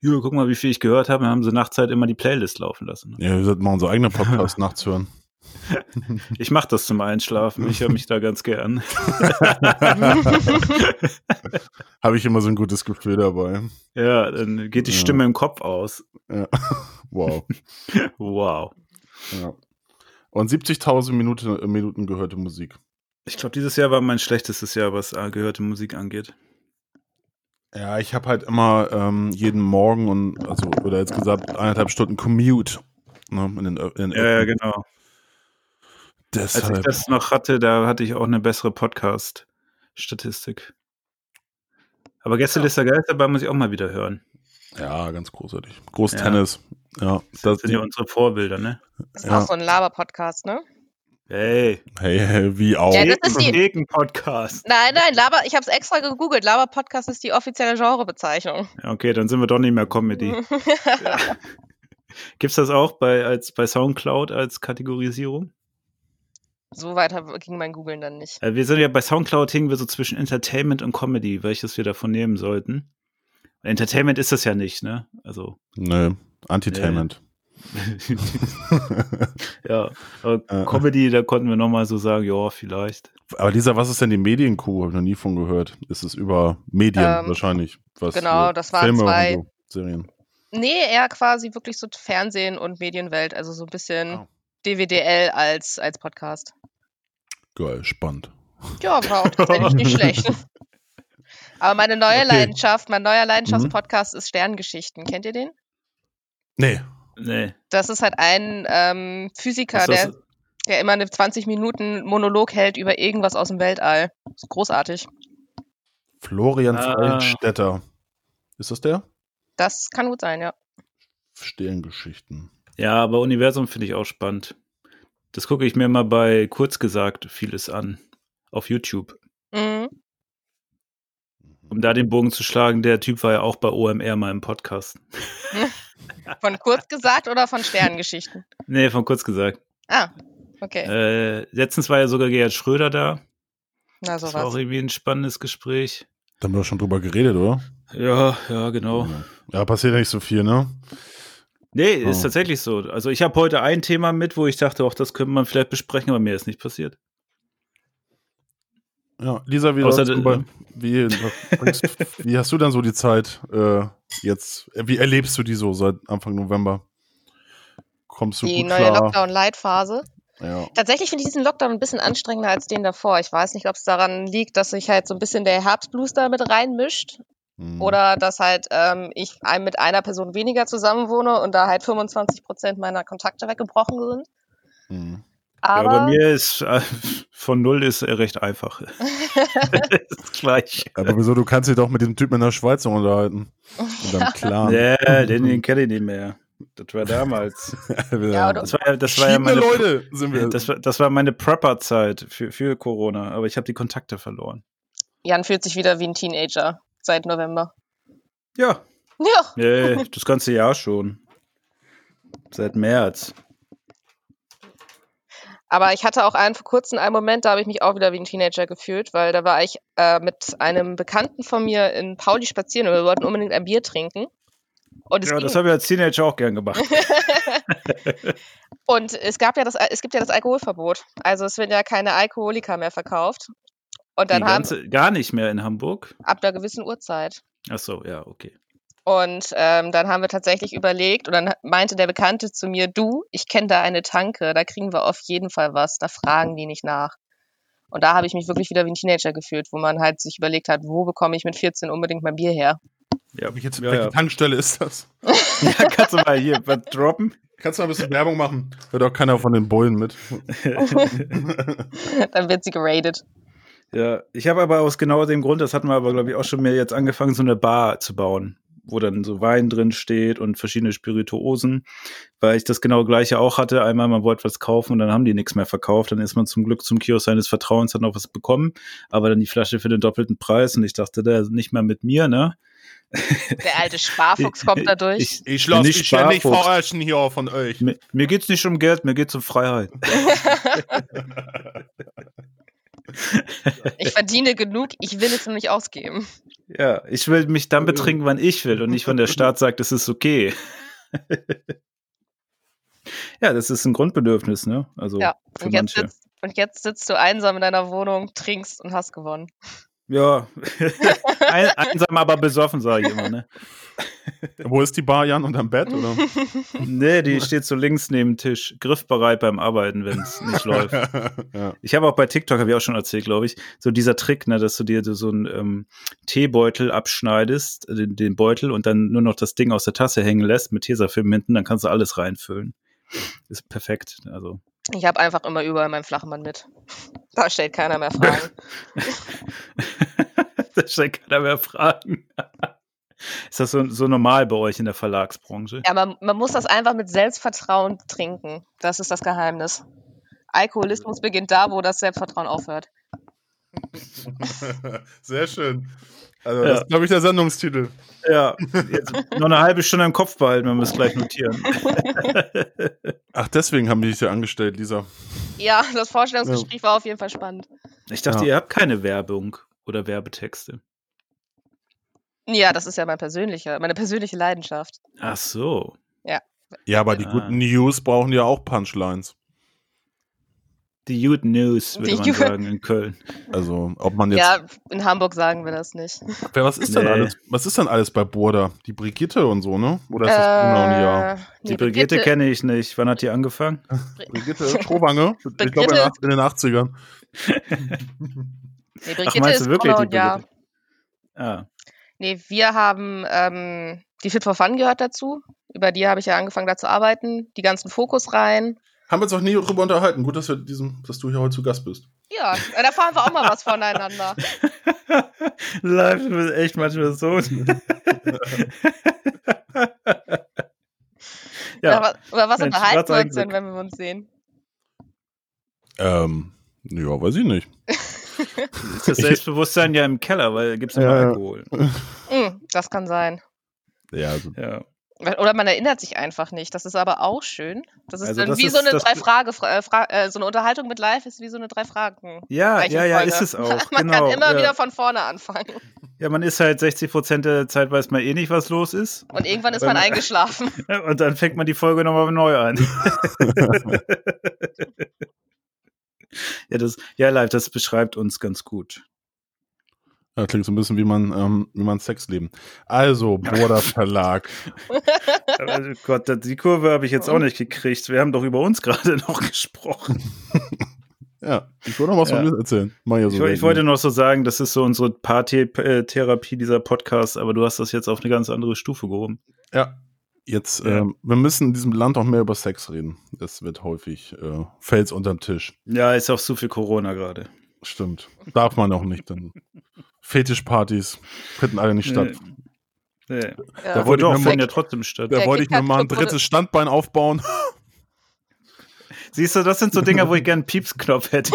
S3: Ja, guck mal, wie viel ich gehört habe, dann haben sie nachts halt immer die Playlist laufen lassen. Ne?
S2: Ja, wir sollten mal unseren eigenen Podcast nachts hören.
S3: Ich mache das zum Einschlafen, ich höre mich da ganz gern.
S2: Habe ich immer so ein gutes Gefühl dabei.
S3: Ja, dann geht die
S2: Ja.
S3: Stimme im Kopf aus.
S2: Ja. Wow.
S3: Wow.
S2: Ja. Und 70.000 Minuten, äh, Minuten gehörte Musik.
S3: Ich glaube, dieses Jahr war mein schlechtestes Jahr, was äh, gehörte Musik angeht.
S2: Ja, ich habe halt immer ähm, jeden Morgen und also oder jetzt gesagt eineinhalb Stunden Commute. Ne, in den, Ö- in den
S3: Ja,
S2: Ö-
S3: ja, genau. Als
S2: Deshalb.
S3: ich das noch hatte, da hatte ich auch eine bessere Podcast-Statistik. Aber Gästeliste der Geisterbahn muss ich auch mal wieder hören.
S2: ja, ganz großartig. Groß
S3: Ja.
S2: Tennis. Ja,
S3: Das
S2: das,
S3: sind ja unsere Vorbilder, ne?
S4: Das ist
S2: Ja.
S4: auch so ein Laber-Podcast, ne?
S3: Hey,
S2: hey, hey, wie auch.
S4: Ja, das ist die-
S3: Gegen-Podcast.
S4: Nein, nein, Laber, ich habe es extra gegoogelt. Laber-Podcast ist die offizielle Genrebezeichnung.
S3: Okay, dann sind wir doch nicht mehr Comedy. Gibt's das auch bei, als, bei Soundcloud als Kategorisierung?
S4: so weit hab- ging mein Googeln dann nicht.
S3: Äh, Wir sind ja bei Soundcloud hingen wir so zwischen Entertainment und Comedy, welches wir davon nehmen sollten. Entertainment ist das ja nicht, ne? Also,
S2: Nö, Antitainment.
S3: ja. Aber
S2: Äh, äh.
S3: Comedy, da konnten wir nochmal so sagen, ja, vielleicht.
S2: Aber Lisa, was ist denn die Medienkuh? Habe ich noch nie von gehört. Ist es über Medien
S4: Ähm,
S2: wahrscheinlich? Was
S4: genau,
S2: so
S4: das waren
S2: und
S4: zwei-
S2: so, Serien.
S4: Nee, eher quasi wirklich so Fernsehen und Medienwelt, also so ein bisschen
S3: Oh.
S2: Ah.
S4: DWDL als, als Podcast.
S2: Geil, spannend.
S4: Ja, war auch tatsächlich nicht schlecht. Aber meine neue
S3: Okay.
S4: Leidenschaft, mein neuer
S2: Mhm.
S4: Leidenschaftspodcast ist Sterngeschichten. Kennt ihr den?
S2: Nee.
S3: Nee.
S4: Das ist halt ein ähm, Physiker,
S3: Ist das,
S4: der, der immer eine 20 Minuten Monolog hält über irgendwas aus dem Weltall. Ist großartig.
S2: Florian
S3: Ah.
S2: Freistetter. Ist das der?
S4: Das kann gut sein, ja.
S2: Sterngeschichten.
S3: ja, aber Universum finde ich auch spannend. Das gucke ich mir mal bei kurz gesagt vieles an. Auf YouTube.
S4: Mhm.
S3: Um da den Bogen zu schlagen, der Typ war ja auch bei OMR mal im Podcast.
S4: Von kurz gesagt oder von Sterngeschichten?
S3: Nee, von kurz gesagt.
S4: Ah, okay.
S3: Äh, letztens war ja sogar Gerhard Schröder da.
S4: Na
S3: Das war auch
S4: sowas.
S3: irgendwie ein spannendes Gespräch.
S2: Da haben wir schon drüber geredet, oder?
S3: Ja, ja, genau.
S2: Ja, passiert nicht so viel, ne?
S3: Nee, ist
S2: Oh.
S3: tatsächlich so. Also ich habe heute ein Thema mit, wo ich dachte, auch das könnte man vielleicht besprechen, aber mir ist nicht passiert.
S2: Ja, Lisa, wie,
S3: Außer äh,
S2: läuft's
S3: de-
S2: bei- wie, was bringst- wie hast du denn so die Zeit äh, jetzt? äh, Wie erlebst du die so seit Anfang November? Kommst du
S4: Die
S2: gut
S4: neue
S2: klar?
S4: Lockdown-Leitphase.
S2: Ja.
S4: Tatsächlich finde ich diesen Lockdown ein bisschen anstrengender als den davor. Ich weiß nicht, ob es daran liegt, dass sich halt so ein bisschen der Herbstblues da mit reinmischt.
S2: Mhm.
S4: Oder dass halt ähm, ich ein- mit einer Person weniger zusammenwohne und da halt 25 Prozent meiner Kontakte weggebrochen sind.
S2: Mhm.
S4: Aber
S3: ja, bei mir ist äh, von null ist äh, recht einfach. ist gleich.
S2: Aber wieso, du kannst dich doch mit dem Typen in der Schweiz noch unterhalten. Mit deinem Clan.
S3: Nee,
S2: ähm.
S3: den, den kenne ich nicht mehr. Das war damals.
S4: Ja, oder-
S3: Das war ja, das war
S2: Verschiedene
S3: ja meine,
S2: Leute sind wir.
S3: Das war, das war meine Prepper-Zeit für, für Corona, aber ich habe die Kontakte verloren.
S4: Jan fühlt sich wieder wie ein Teenager seit November.
S3: Ja,
S4: Ja,
S3: nee, das ganze Jahr schon. Seit März.
S4: aber ich hatte auch einen vor kurzem einen Moment, da habe ich mich auch wieder wie ein Teenager gefühlt, weil da war ich äh, mit einem Bekannten von mir in Pauli spazieren und wir wollten unbedingt ein Bier trinken. Und es,
S3: Ja,
S4: ging,
S3: das habe ich als Teenager auch gern gemacht.
S4: und es gab ja das, äh, es gibt ja das Alkoholverbot. Also es werden ja keine Alkoholiker mehr verkauft. Und
S3: Die
S4: dann haben
S3: ganze, gar nicht mehr in Hamburg.
S4: ab einer gewissen Uhrzeit.
S3: Ach so, ja, okay.
S4: Und ähm, dann haben wir tatsächlich überlegt und dann meinte der Bekannte zu mir, du, ich kenne da eine Tanke, da kriegen wir auf jeden Fall was, da fragen die nicht nach. Und da habe ich mich wirklich wieder wie ein Teenager gefühlt, wo man halt sich überlegt hat, wo bekomme ich mit 14 unbedingt mein Bier her?
S3: Ja,
S2: Welche
S3: ja, ja.
S2: Tankstelle ist das?
S3: ja kannst du mal hier was droppen?
S2: Kannst du mal ein bisschen Werbung machen? Hört auch keiner von den Bullen mit.
S4: dann wird sie geradet.
S3: Ja, ich habe aber aus genau dem Grund, das hatten wir aber, glaube ich, auch schon mehr jetzt angefangen, so eine Bar zu bauen, wo dann so Wein drin steht und verschiedene Spirituosen, weil ich das genau gleiche auch hatte. Einmal, man wollte was kaufen und dann haben die nichts mehr verkauft. Dann ist man zum Glück zum Kiosk seines Vertrauens, hat noch was bekommen, aber dann die Flasche für den doppelten Preis und ich dachte, der ist nicht mal mit mir, ne?
S4: Der alte Sparfuchs kommt da durch.
S3: Ich, ich bin nicht ständig
S2: verarschen hier von euch.
S3: mir, mir geht's nicht um Geld, mir geht's um Freiheit.
S4: Ich verdiene genug, ich will es nur nicht ausgeben.
S3: Ja, ich will mich dann betrinken, wann ich will und nicht, wann der Staat sagt, es ist okay. ja, das ist ein Grundbedürfnis, ne? Also
S4: Ja,
S3: für
S4: Und jetzt,
S3: manche.
S4: sitzt, und jetzt sitzt du einsam in deiner Wohnung, trinkst und hast gewonnen.
S3: Ja, ein, einsam, aber besoffen, sage ich immer, ne?
S2: Wo ist die Bar, Jan? Unterm Bett? Oder?
S3: Nee, die steht so links neben dem Tisch, griffbereit beim Arbeiten, wenn es nicht läuft.
S2: ja.
S3: Ich habe auch bei TikTok, habe ich auch schon erzählt, glaube ich, so dieser Trick, ne, dass du dir so einen ähm, Teebeutel abschneidest, äh, den, den Beutel und dann nur noch das Ding aus der Tasse hängen lässt mit Tesafilm hinten, dann kannst du alles reinfüllen. Ist perfekt. Also
S4: Ich habe einfach immer überall meinen Flachmann mit. Da stellt keiner mehr Fragen.
S3: da stellt keiner mehr Fragen. Ist das so, so normal bei euch in der Verlagsbranche?
S4: Ja, man, man muss das einfach mit Selbstvertrauen trinken. Das ist das Geheimnis. Alkoholismus beginnt da, wo das Selbstvertrauen aufhört.
S2: Sehr schön. Also,
S3: Ja.
S2: das ist, glaube ich, der Sendungstitel.
S3: Ja, jetzt noch eine halbe Stunde im Kopf behalten, wir müssen gleich notieren.
S2: Ach, deswegen haben die dich ja angestellt, Lisa.
S4: Ja, das Vorstellungsgespräch war auf jeden Fall spannend.
S3: Ich dachte,
S2: Ja.
S3: ihr habt keine Werbung oder Werbetexte.
S4: Ja, das ist ja mein persönlicher, meine persönliche Leidenschaft.
S3: Ach so.
S2: Ja, aber die
S3: Ja.
S2: guten News brauchen ja auch Punchlines.
S3: Die Youth News, würde
S4: Die
S3: man
S4: Youth-
S3: sagen, in Köln.
S2: Also, ob man jetzt.
S4: Ja, in Hamburg sagen wir das nicht.
S2: Wer- Was ist denn
S3: Nee.
S2: alles? Was ist denn alles bei Burda? Die Brigitte und so, ne? Oder ist das
S4: Äh,
S2: genau ein Jahr?
S4: nee,
S3: Die Brigitte kenne ich nicht. Wann hat die angefangen?
S2: Brigitte Strohwange? Ich glaube, in,
S4: Brigitte-
S2: den ach- in den 80ern.
S4: nee, Brigitte
S3: Ach, meinst
S4: ist
S3: du wirklich
S4: Braun,
S3: die
S4: ja.
S3: Brigitte? Ah,
S4: Nee, wir haben ähm, die Fit for Fun gehört dazu. Über die habe ich ja angefangen, da zu arbeiten. Die ganzen Fokus rein.
S2: Haben wir uns noch nie darüber unterhalten. Gut, dass, wir diesem, dass du hier heute zu Gast bist.
S4: Ja, da erfahren wir auch mal was voneinander.
S3: Live ist echt manchmal so.
S4: Oder
S3: ja,
S4: was- Über was
S3: Mensch,
S4: unterhalten
S3: was
S4: wir
S3: ein
S4: uns denn,
S3: Glück.
S4: wenn wir uns sehen?
S2: Ähm, ja, weiß ich nicht.
S3: ist das Selbstbewusstsein ja im Keller, weil da gibt es immer
S2: Ja, ja.
S3: Alkohol.
S4: Mm, das kann sein.
S2: Ja, also,
S3: Ja.
S4: Weil- Oder man erinnert sich einfach nicht. Das ist aber auch schön. Das ist
S3: Also
S4: dann
S3: das
S4: wie
S3: ist
S4: so eine
S3: das-
S4: drei Frage, Fra- äh, Fra äh, so eine Unterhaltung mit Live ist wie so eine drei Fragen.
S3: Ja,
S4: Gleiche
S3: ja, ja,
S4: Folge.
S3: ist es auch.
S4: Man
S3: genau.
S4: kann immer
S3: ja.
S4: wieder von vorne anfangen.
S3: ja, man ist halt 60 Prozent der Zeit, weiß man eh nicht, was los ist.
S4: Und irgendwann ist
S3: Wenn
S4: man
S3: man-
S4: eingeschlafen.
S3: Und dann fängt man die Folge nochmal neu an. ja, das, ja, live, das beschreibt uns ganz gut.
S2: ja, klingt so ein bisschen wie man, ähm, wie man Sexleben. Also, Burda Verlag.
S3: Aber oh Gott, das- die Kurve habe ich jetzt auch nicht gekriegt. Wir haben doch über uns gerade noch gesprochen.
S2: Ja, ich wollte noch was von
S3: Ja.
S2: mir erzählen. Mach ja so
S3: ich, woll- ich
S2: selten.
S3: wollte noch so sagen, das ist so unsere Paartherapie dieser Podcast, aber du hast das jetzt auf eine ganz andere Stufe gehoben.
S2: Ja. Jetzt,
S3: Ja.
S2: Ähm, wir müssen in diesem Land auch mehr über Sex reden. Das wird häufig, äh, fällt's unterm Tisch.
S3: Ja, ist auch so viel Corona gerade.
S2: Stimmt. Darf man auch nicht. Dann. Fetischpartys finden alle nicht statt.
S3: Nee.
S2: Da
S3: Nee.
S4: Ja.
S3: Obwohl
S2: wollte ich
S3: doch,
S2: mir mal-
S3: finden ja trotzdem statt.
S2: Da
S4: Der
S2: wollte ich mir
S4: Kick hat
S2: mal ein
S4: schon Produ-
S2: drittes Standbein aufbauen.
S3: Siehst du, das sind so Dinger, wo ich gern einen Piepsknopf hätte.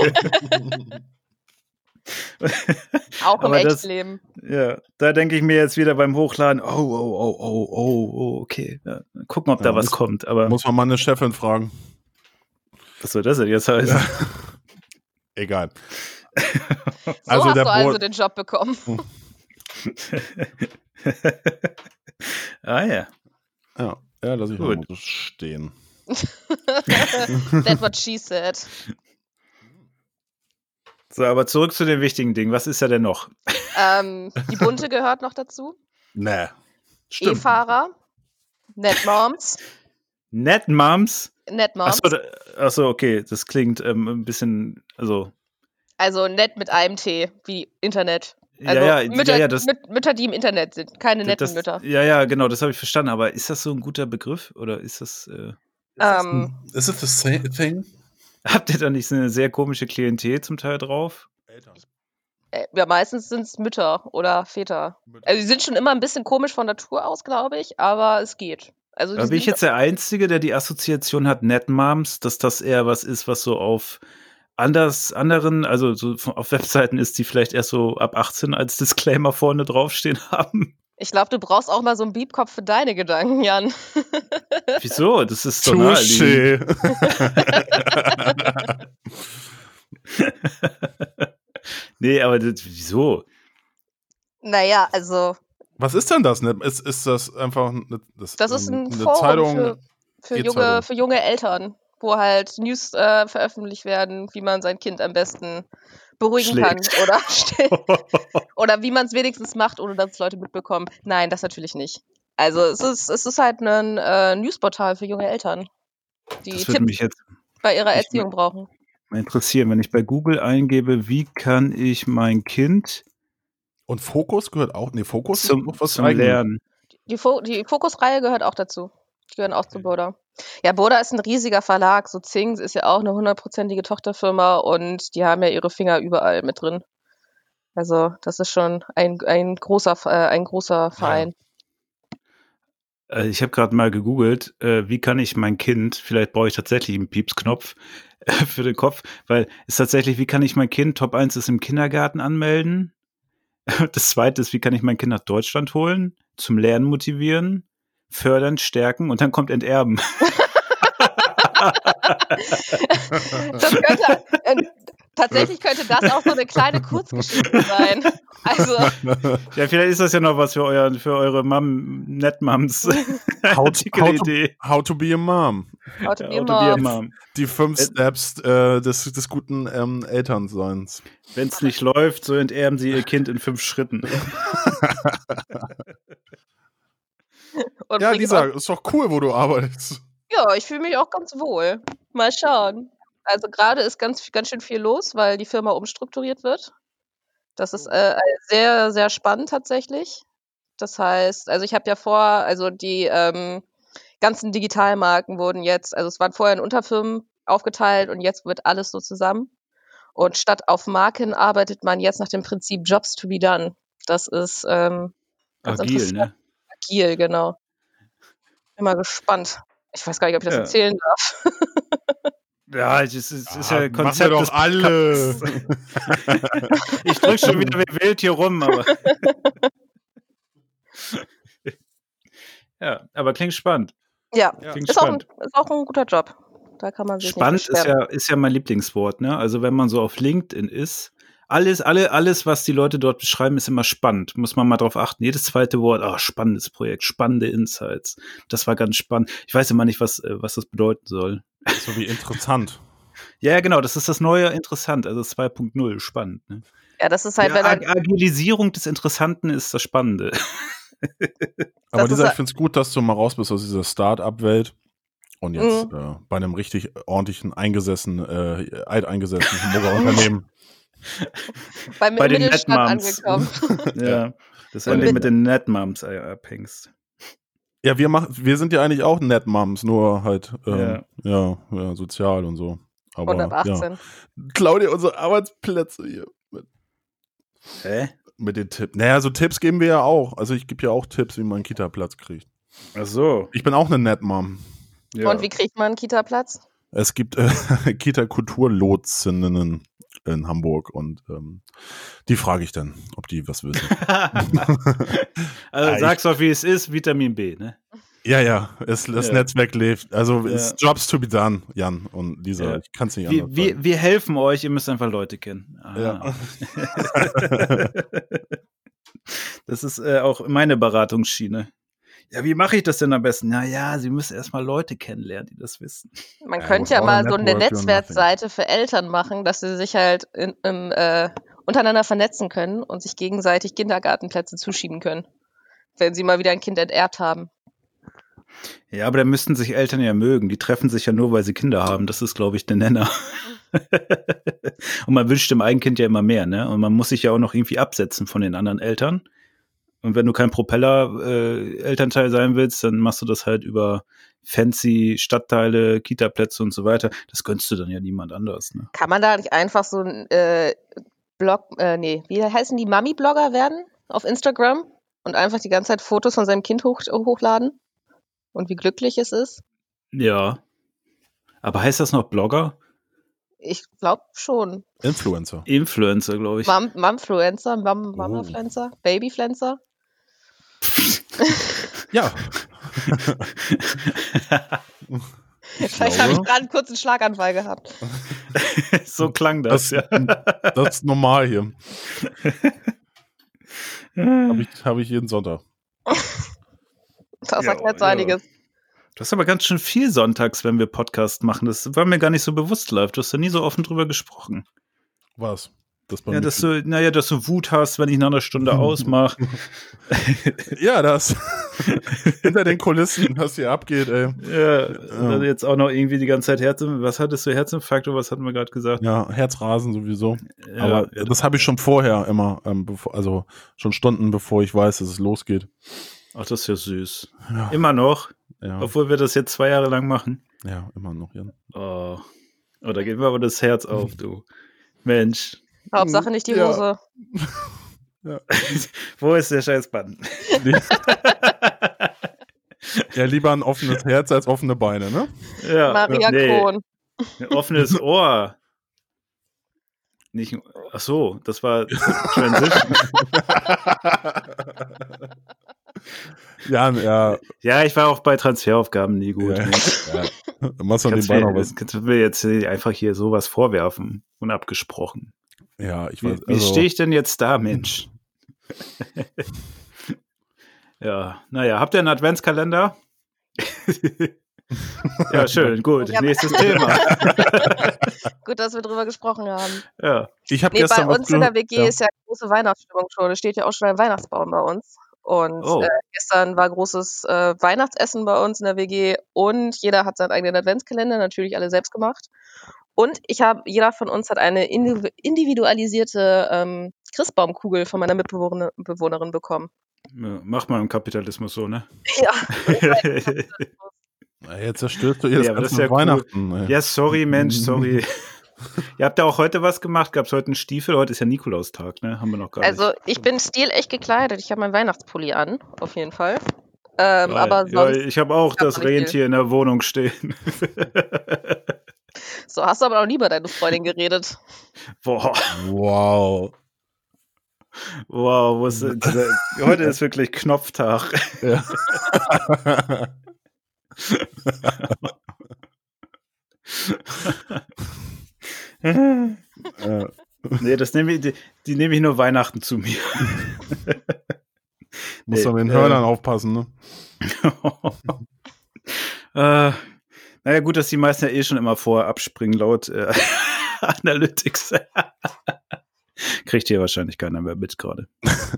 S4: Auch im
S3: aber das-
S4: echten Leben.
S3: ja, da denke ich mir jetzt wieder beim Hochladen, oh, oh, oh, oh, oh, oh, okay. Ja, gucken, ob da
S2: Ja,
S3: was
S2: muss-
S3: kommt, aber
S2: Muss man mal eine Chefin fragen.
S3: was soll das denn jetzt heißen?
S2: Egal.
S4: So
S2: Also
S4: hast
S2: der
S4: du also
S2: Brot-
S4: den Job bekommen.
S3: ah ja.
S2: Ja, ja lass ich
S3: Gut.
S2: mal so stehen.
S4: That's what she said.
S3: So, aber zurück zu den wichtigen Dingen. Was ist ja denn noch?
S4: Ähm, die Bunte gehört noch dazu.
S2: Nee. Stimmt.
S4: E-Fahrer. Netmoms.
S3: Net Moms?
S4: Netmoms.
S3: Achso, da, achso, okay, das klingt ähm, ein bisschen, also,
S4: Also net mit einem T, wie Internet. Also
S3: ja, ja,
S4: Mütter,
S3: ja, ja, das,
S4: Müt- Mütter, die im Internet sind. Keine netten
S3: das,
S4: Mütter.
S3: ja, ja, genau, das habe ich verstanden, aber ist das so ein guter Begriff oder ist das, äh,
S4: Ähm,
S2: Is it the same thing?
S3: habt ihr da nicht so eine sehr komische Klientel zum Teil drauf?
S4: äh, ja, meistens sind es Mütter oder Väter. Also die sind schon immer ein bisschen komisch von Natur aus, glaube ich, aber es geht. Also die
S3: Oder bin ich
S4: sind-
S3: jetzt der Einzige, der die Assoziation hat, Net Moms, dass das eher was ist, was so auf anders, anderen, also so von- auf Webseiten ist, die vielleicht erst so ab 18 als Disclaimer vorne draufstehen haben?
S4: ich glaube, du brauchst auch mal so einen Biebkopf für deine Gedanken, Jan.
S3: Wieso? Das ist so naheliegend.
S2: Touché.
S3: Nee, aber das, wieso?
S4: Naja, also
S2: Was ist denn das? ne? Ist, ist das einfach eine,
S4: das ist ein
S2: eine
S4: Forum
S2: Zeitung?
S4: für, für, junge,
S2: E-Zeitung.
S4: für junge Eltern, wo halt News äh, veröffentlicht werden, wie man sein Kind am besten beruhigen
S3: Schlägt.
S4: kann oder still, Oder wie man es wenigstens macht, ohne dass es Leute mitbekommen. Nein, das natürlich nicht. Also es ist, es ist halt ein äh, Newsportal für junge Eltern, die
S3: Das würde
S4: Tipps
S3: mich jetzt
S4: bei ihrer
S3: ich-
S4: Erziehung brauchen.
S3: mal interessieren, wenn ich bei Google eingebe, wie kann ich mein Kind
S2: Und Fokus gehört auch. Nee, Fokus ist
S3: zum,
S2: noch was
S3: zum
S2: Eigenes.
S3: Lernen.
S4: Die, Fo die Fokusreihe gehört auch dazu. Die gehören auch zu Boda. Ja, Boda ist ein riesiger Verlag. So Zings ist ja auch eine hundertprozentige Tochterfirma und die haben ja ihre Finger überall mit drin. Also das ist schon ein, ein, großer, äh, ein großer Verein.
S3: Äh, Ich habe gerade mal gegoogelt, äh, wie kann ich mein Kind, vielleicht brauche ich tatsächlich einen Piepsknopf äh, für den Kopf, weil es tatsächlich, wie kann ich mein Kind, Top 1 ist im Kindergarten anmelden. Das zweite ist, wie kann ich mein Kind nach Deutschland holen, zum Lernen motivieren, fördern, stärken und dann kommt Enterben.
S4: Das könnte, äh, tatsächlich könnte das auch so eine kleine Kurzgeschichte sein. Also,
S3: Ja, vielleicht ist das ja noch was für, euer, für eure Mom, Netmams.
S2: How to, how, to,
S3: Artikelidee.
S2: how to be a mom.
S4: haut
S3: Ja,
S4: mir
S3: Auto Bier
S4: mal.
S3: Mom.
S2: Die fünf
S3: Äh,
S2: Steps äh, des, des guten ähm, Elternseins.
S3: Wenn es nicht läuft, so enterben sie ihr Kind in fünf Schritten.
S4: Und
S2: Ja,
S4: bring
S2: Lisa, ist doch cool, wo du arbeitest.
S4: Ja, ich fühle mich auch ganz wohl. Mal schauen. Also gerade ist ganz, ganz schön viel los, weil die Firma umstrukturiert wird. Das ist äh, sehr, sehr spannend tatsächlich. Das heißt, also ich habe ja vor, also die ähm, ganzen Digitalmarken wurden jetzt, also es waren vorher in Unterfirmen aufgeteilt und jetzt wird alles so zusammen. Und statt auf Marken arbeitet man jetzt nach dem Prinzip Jobs to be done. Das ist ähm, Ganz
S3: Agil,
S4: interessant.
S3: ne?
S4: agil, genau. Bin mal gespannt. Ich weiß gar nicht, ob ich das
S3: Ja.
S4: erzählen darf.
S3: Ja, das ist, das ist ja,
S2: Ah,
S3: ein
S2: machen wir
S3: Konzept.
S2: doch
S3: Des,
S2: alle.
S3: Äh. ich drücke schon wieder wie wild hier rum, aber. ja, aber klingt spannend.
S4: Ja,
S3: Klingt
S4: Ist auch, ein,
S3: spannend.
S4: ist auch ein guter Job. Da kann man sich
S3: Spannend
S4: nicht
S3: ist
S4: beschweren.
S3: ja, ist ja mein Lieblingswort, ne? Also wenn man so auf LinkedIn ist, alles, alle, alles, was die Leute dort beschreiben, ist immer spannend. Muss man mal drauf achten. Jedes zweite Wort, ah, spannendes Projekt, spannende Insights. Das war ganz spannend. Ich weiß immer nicht, was, äh, was das bedeuten soll.
S2: So wie interessant.
S3: Ja, ja, genau, das ist das neue interessant, also 2.0, spannend. Ne?
S4: Ja, das ist halt,
S3: ja,
S4: wenn man,
S3: Ag Agilisierung des Interessanten ist das Spannende.
S2: Aber
S4: Das ist
S2: Lisa,
S4: ja-
S2: ich finde es gut, dass du mal raus bist aus dieser Start-up-Welt Und jetzt
S4: Mhm.
S2: äh, bei einem richtig ordentlichen eingesessen, äh, alteingesessenen Hamburger Unternehmen.
S4: halt Bei, mir
S3: Bei
S4: im
S3: den
S4: Mittelstand
S3: Netmoms.
S4: angekommen.
S3: Ja. Das
S2: Und
S3: war
S4: mit-
S3: mit den Netmums äh, abhängst.
S2: Ja, wir machen, wir sind ja eigentlich auch Netmums, nur halt ähm, ja. Ja, sozial und so. Aber,
S4: 118.
S2: Ja. Klau dir unsere Arbeitsplätze hier.
S3: Hä?
S2: Mit den Tipps. Naja, so Tipps geben wir ja auch. Also ich gebe ja auch Tipps, wie man einen Kita-Platz kriegt.
S3: Ach so.
S2: Ich bin auch eine Netmom.
S3: Ja.
S4: Und wie kriegt man einen Kita-Platz?
S2: Es gibt äh, Kita-Kulturlotsinnen in Hamburg und ähm, die frage ich dann, ob die was wissen.
S3: also
S2: Ja, ich-
S3: sag's doch, wie es ist, Vitamin B, ne?
S2: ja, ja, es, das
S3: Ja.
S2: Netzwerk lebt. Also
S3: Ja.
S2: it's jobs to be done, Jan und Lisa.
S3: Ja.
S2: Ich kann es nicht
S3: Wir,
S2: anders
S3: wir,
S2: sagen.
S3: wir helfen euch, ihr müsst einfach Leute kennen. Ah. Aha.
S2: Ja.
S3: Ah. das ist äh, auch meine Beratungsschiene. Ja, wie mache ich das denn am besten? Naja, sie müssen erstmal Leute kennenlernen, die das wissen.
S4: Man
S2: Ja,
S4: könnte ja
S2: without a
S4: mal so eine
S2: network, you're
S4: Netzwerkseite für Eltern machen, dass sie sich halt in, im, äh, untereinander vernetzen können und sich gegenseitig Kindergartenplätze zuschieben können, wenn sie mal wieder ein Kind enterbt haben.
S3: Ja, aber dann müssten sich Eltern ja mögen. Die treffen sich ja nur, weil sie Kinder haben. Das ist, glaube ich, der Nenner. und man wünscht dem eigenen Kind ja immer mehr, ne? Und man muss sich ja auch noch irgendwie absetzen von den anderen Eltern. Und wenn du kein Propeller-Elternteil sein willst, dann machst du das halt über fancy Stadtteile, Kita-Plätze und so weiter. Das gönnst du dann ja niemand anders, ne?
S4: Kann man da nicht einfach so ein äh, Blog, äh, nee, wie heißen die Mami-Blogger werden auf Instagram und einfach die ganze Zeit Fotos von seinem Kind hoch, hochladen und wie glücklich es ist?
S3: Ja. Aber heißt das noch Blogger?
S4: Ich glaube schon.
S2: Influencer.
S3: Influencer, glaube ich.
S4: Mom, Momfluencer, Mom,
S2: Oh.
S4: Mamafluencer, Babyfluencer.
S2: Ja, ich
S4: Vielleicht habe ich
S2: glaube,
S4: gerade einen kurzen Schlaganfall gehabt.
S3: so klang
S2: das,
S3: das, ja.
S2: das ist normal hier. Habe ich, hab ich jeden Sonntag.
S4: Das
S3: Ja,
S4: erklärt so
S3: ja.
S4: einiges.
S3: Du hast aber ganz schön viel sonntags, wenn wir Podcast machen. Das war mir gar nicht so bewusst, Live. Du hast da nie so offen drüber gesprochen.
S2: Was? Das bei
S3: Ja,
S2: mir-
S3: dass du, naja, dass du Wut hast, wenn ich nach einer Stunde ausmache.
S2: ja, das. hinter den Kulissen, was hier abgeht, ey.
S3: ja, dann jetzt auch noch irgendwie die ganze Zeit Herz. Was hattest du Herzinfarkt oder was hatten wir gerade gesagt?
S2: Ja, Herzrasen sowieso.
S3: Ja,
S2: Aber
S3: ja,
S2: das habe ich schon vorher immer, ähm, bevor, also schon Stunden bevor ich weiß, dass es losgeht.
S3: ach, das ist ja süß.
S2: Ja,
S3: Immer noch,
S2: ja,
S3: obwohl wir das jetzt zwei Jahre lang machen.
S2: ja immer noch. Jan.
S3: Oh, oh da geht mir aber das Herz auf, du. Mensch,
S4: Hauptsache nicht die
S2: Ja.
S4: Hose.
S3: wo ist der scheiß Button?
S2: ja, lieber ein offenes Herz als offene Beine, ne?
S3: Ja,
S4: Maria Kron.
S3: Ein offenes Ohr. Nicht, ein- ach so, das war Transition.
S2: Jan, ja,
S3: ja, ich war auch bei Transferaufgaben nie gut.
S2: ja,
S3: Ja.
S2: ja. Machst du an den
S3: Kannst,
S2: Beinen noch
S3: mir,
S2: was?
S3: kannst du mir jetzt nicht einfach hier sowas vorwerfen, unabgesprochen.
S2: Ja, ich
S3: Wie,
S2: weiß.
S3: wie
S2: also-
S3: stehe ich denn jetzt da, Mensch? ja, naja, habt ihr einen Adventskalender? ja, schön, gut.
S4: Ja, aber-
S3: Nächstes Thema.
S4: Gut, dass wir drüber gesprochen haben.
S3: Ja.
S2: Ich habe
S4: Nee,
S2: gestern
S4: bei
S2: was
S4: uns in
S2: gehört-
S4: der WG ist ja große Weihnachtsstimmung schon. Es steht ja auch schon ein Weihnachtsbaum bei uns. Und
S3: Oh.
S4: äh, gestern war großes äh, Weihnachtsessen bei uns in der WG und jeder hat seinen eigenen Adventskalender, natürlich alle selbst gemacht. Und ich habe, jeder von uns hat eine indiv- individualisierte ähm, Christbaumkugel von meiner Mitbewohnerin Bewohnerin bekommen.
S3: Ja, Mach mal im Kapitalismus so, ne?
S4: Ja,
S2: Ja, jetzt zerstörst du ihr das
S3: Ja, aber das
S2: ganze
S3: ist ja cool.
S2: Weihnachten. ey.
S3: Ja, sorry, Mensch, sorry. Ihr habt ja auch heute was gemacht. Gab es heute einen Stiefel? Heute ist ja Nikolaustag, ne? Haben wir noch gar
S4: also
S3: nicht.
S4: ich bin stilecht gekleidet. Ich habe meinen Weihnachtspulli an, auf jeden Fall. Ähm,
S3: Geil. ja,
S4: aber sonst,
S3: ich habe auch
S4: Ich hab
S3: das
S4: noch nicht viel.
S3: Rentier in der Wohnung stehen.
S4: so hast du aber auch nie über deine Freundin geredet.
S3: Boah,
S2: Wow.
S3: wow, wo ist denn dieser, heute ist wirklich Knopftag.
S2: Ja.
S3: nee,
S2: Äh,
S3: das nehme ich, die, die nehme ich nur Weihnachten zu mir.
S2: musst du mit
S3: Nee,
S2: den
S3: äh,
S2: Hörnern aufpassen, ne?
S3: äh, naja, gut, dass die meisten ja eh schon immer vorher abspringen, laut äh, Analytics. Kriegt hier wahrscheinlich keiner mehr mit gerade.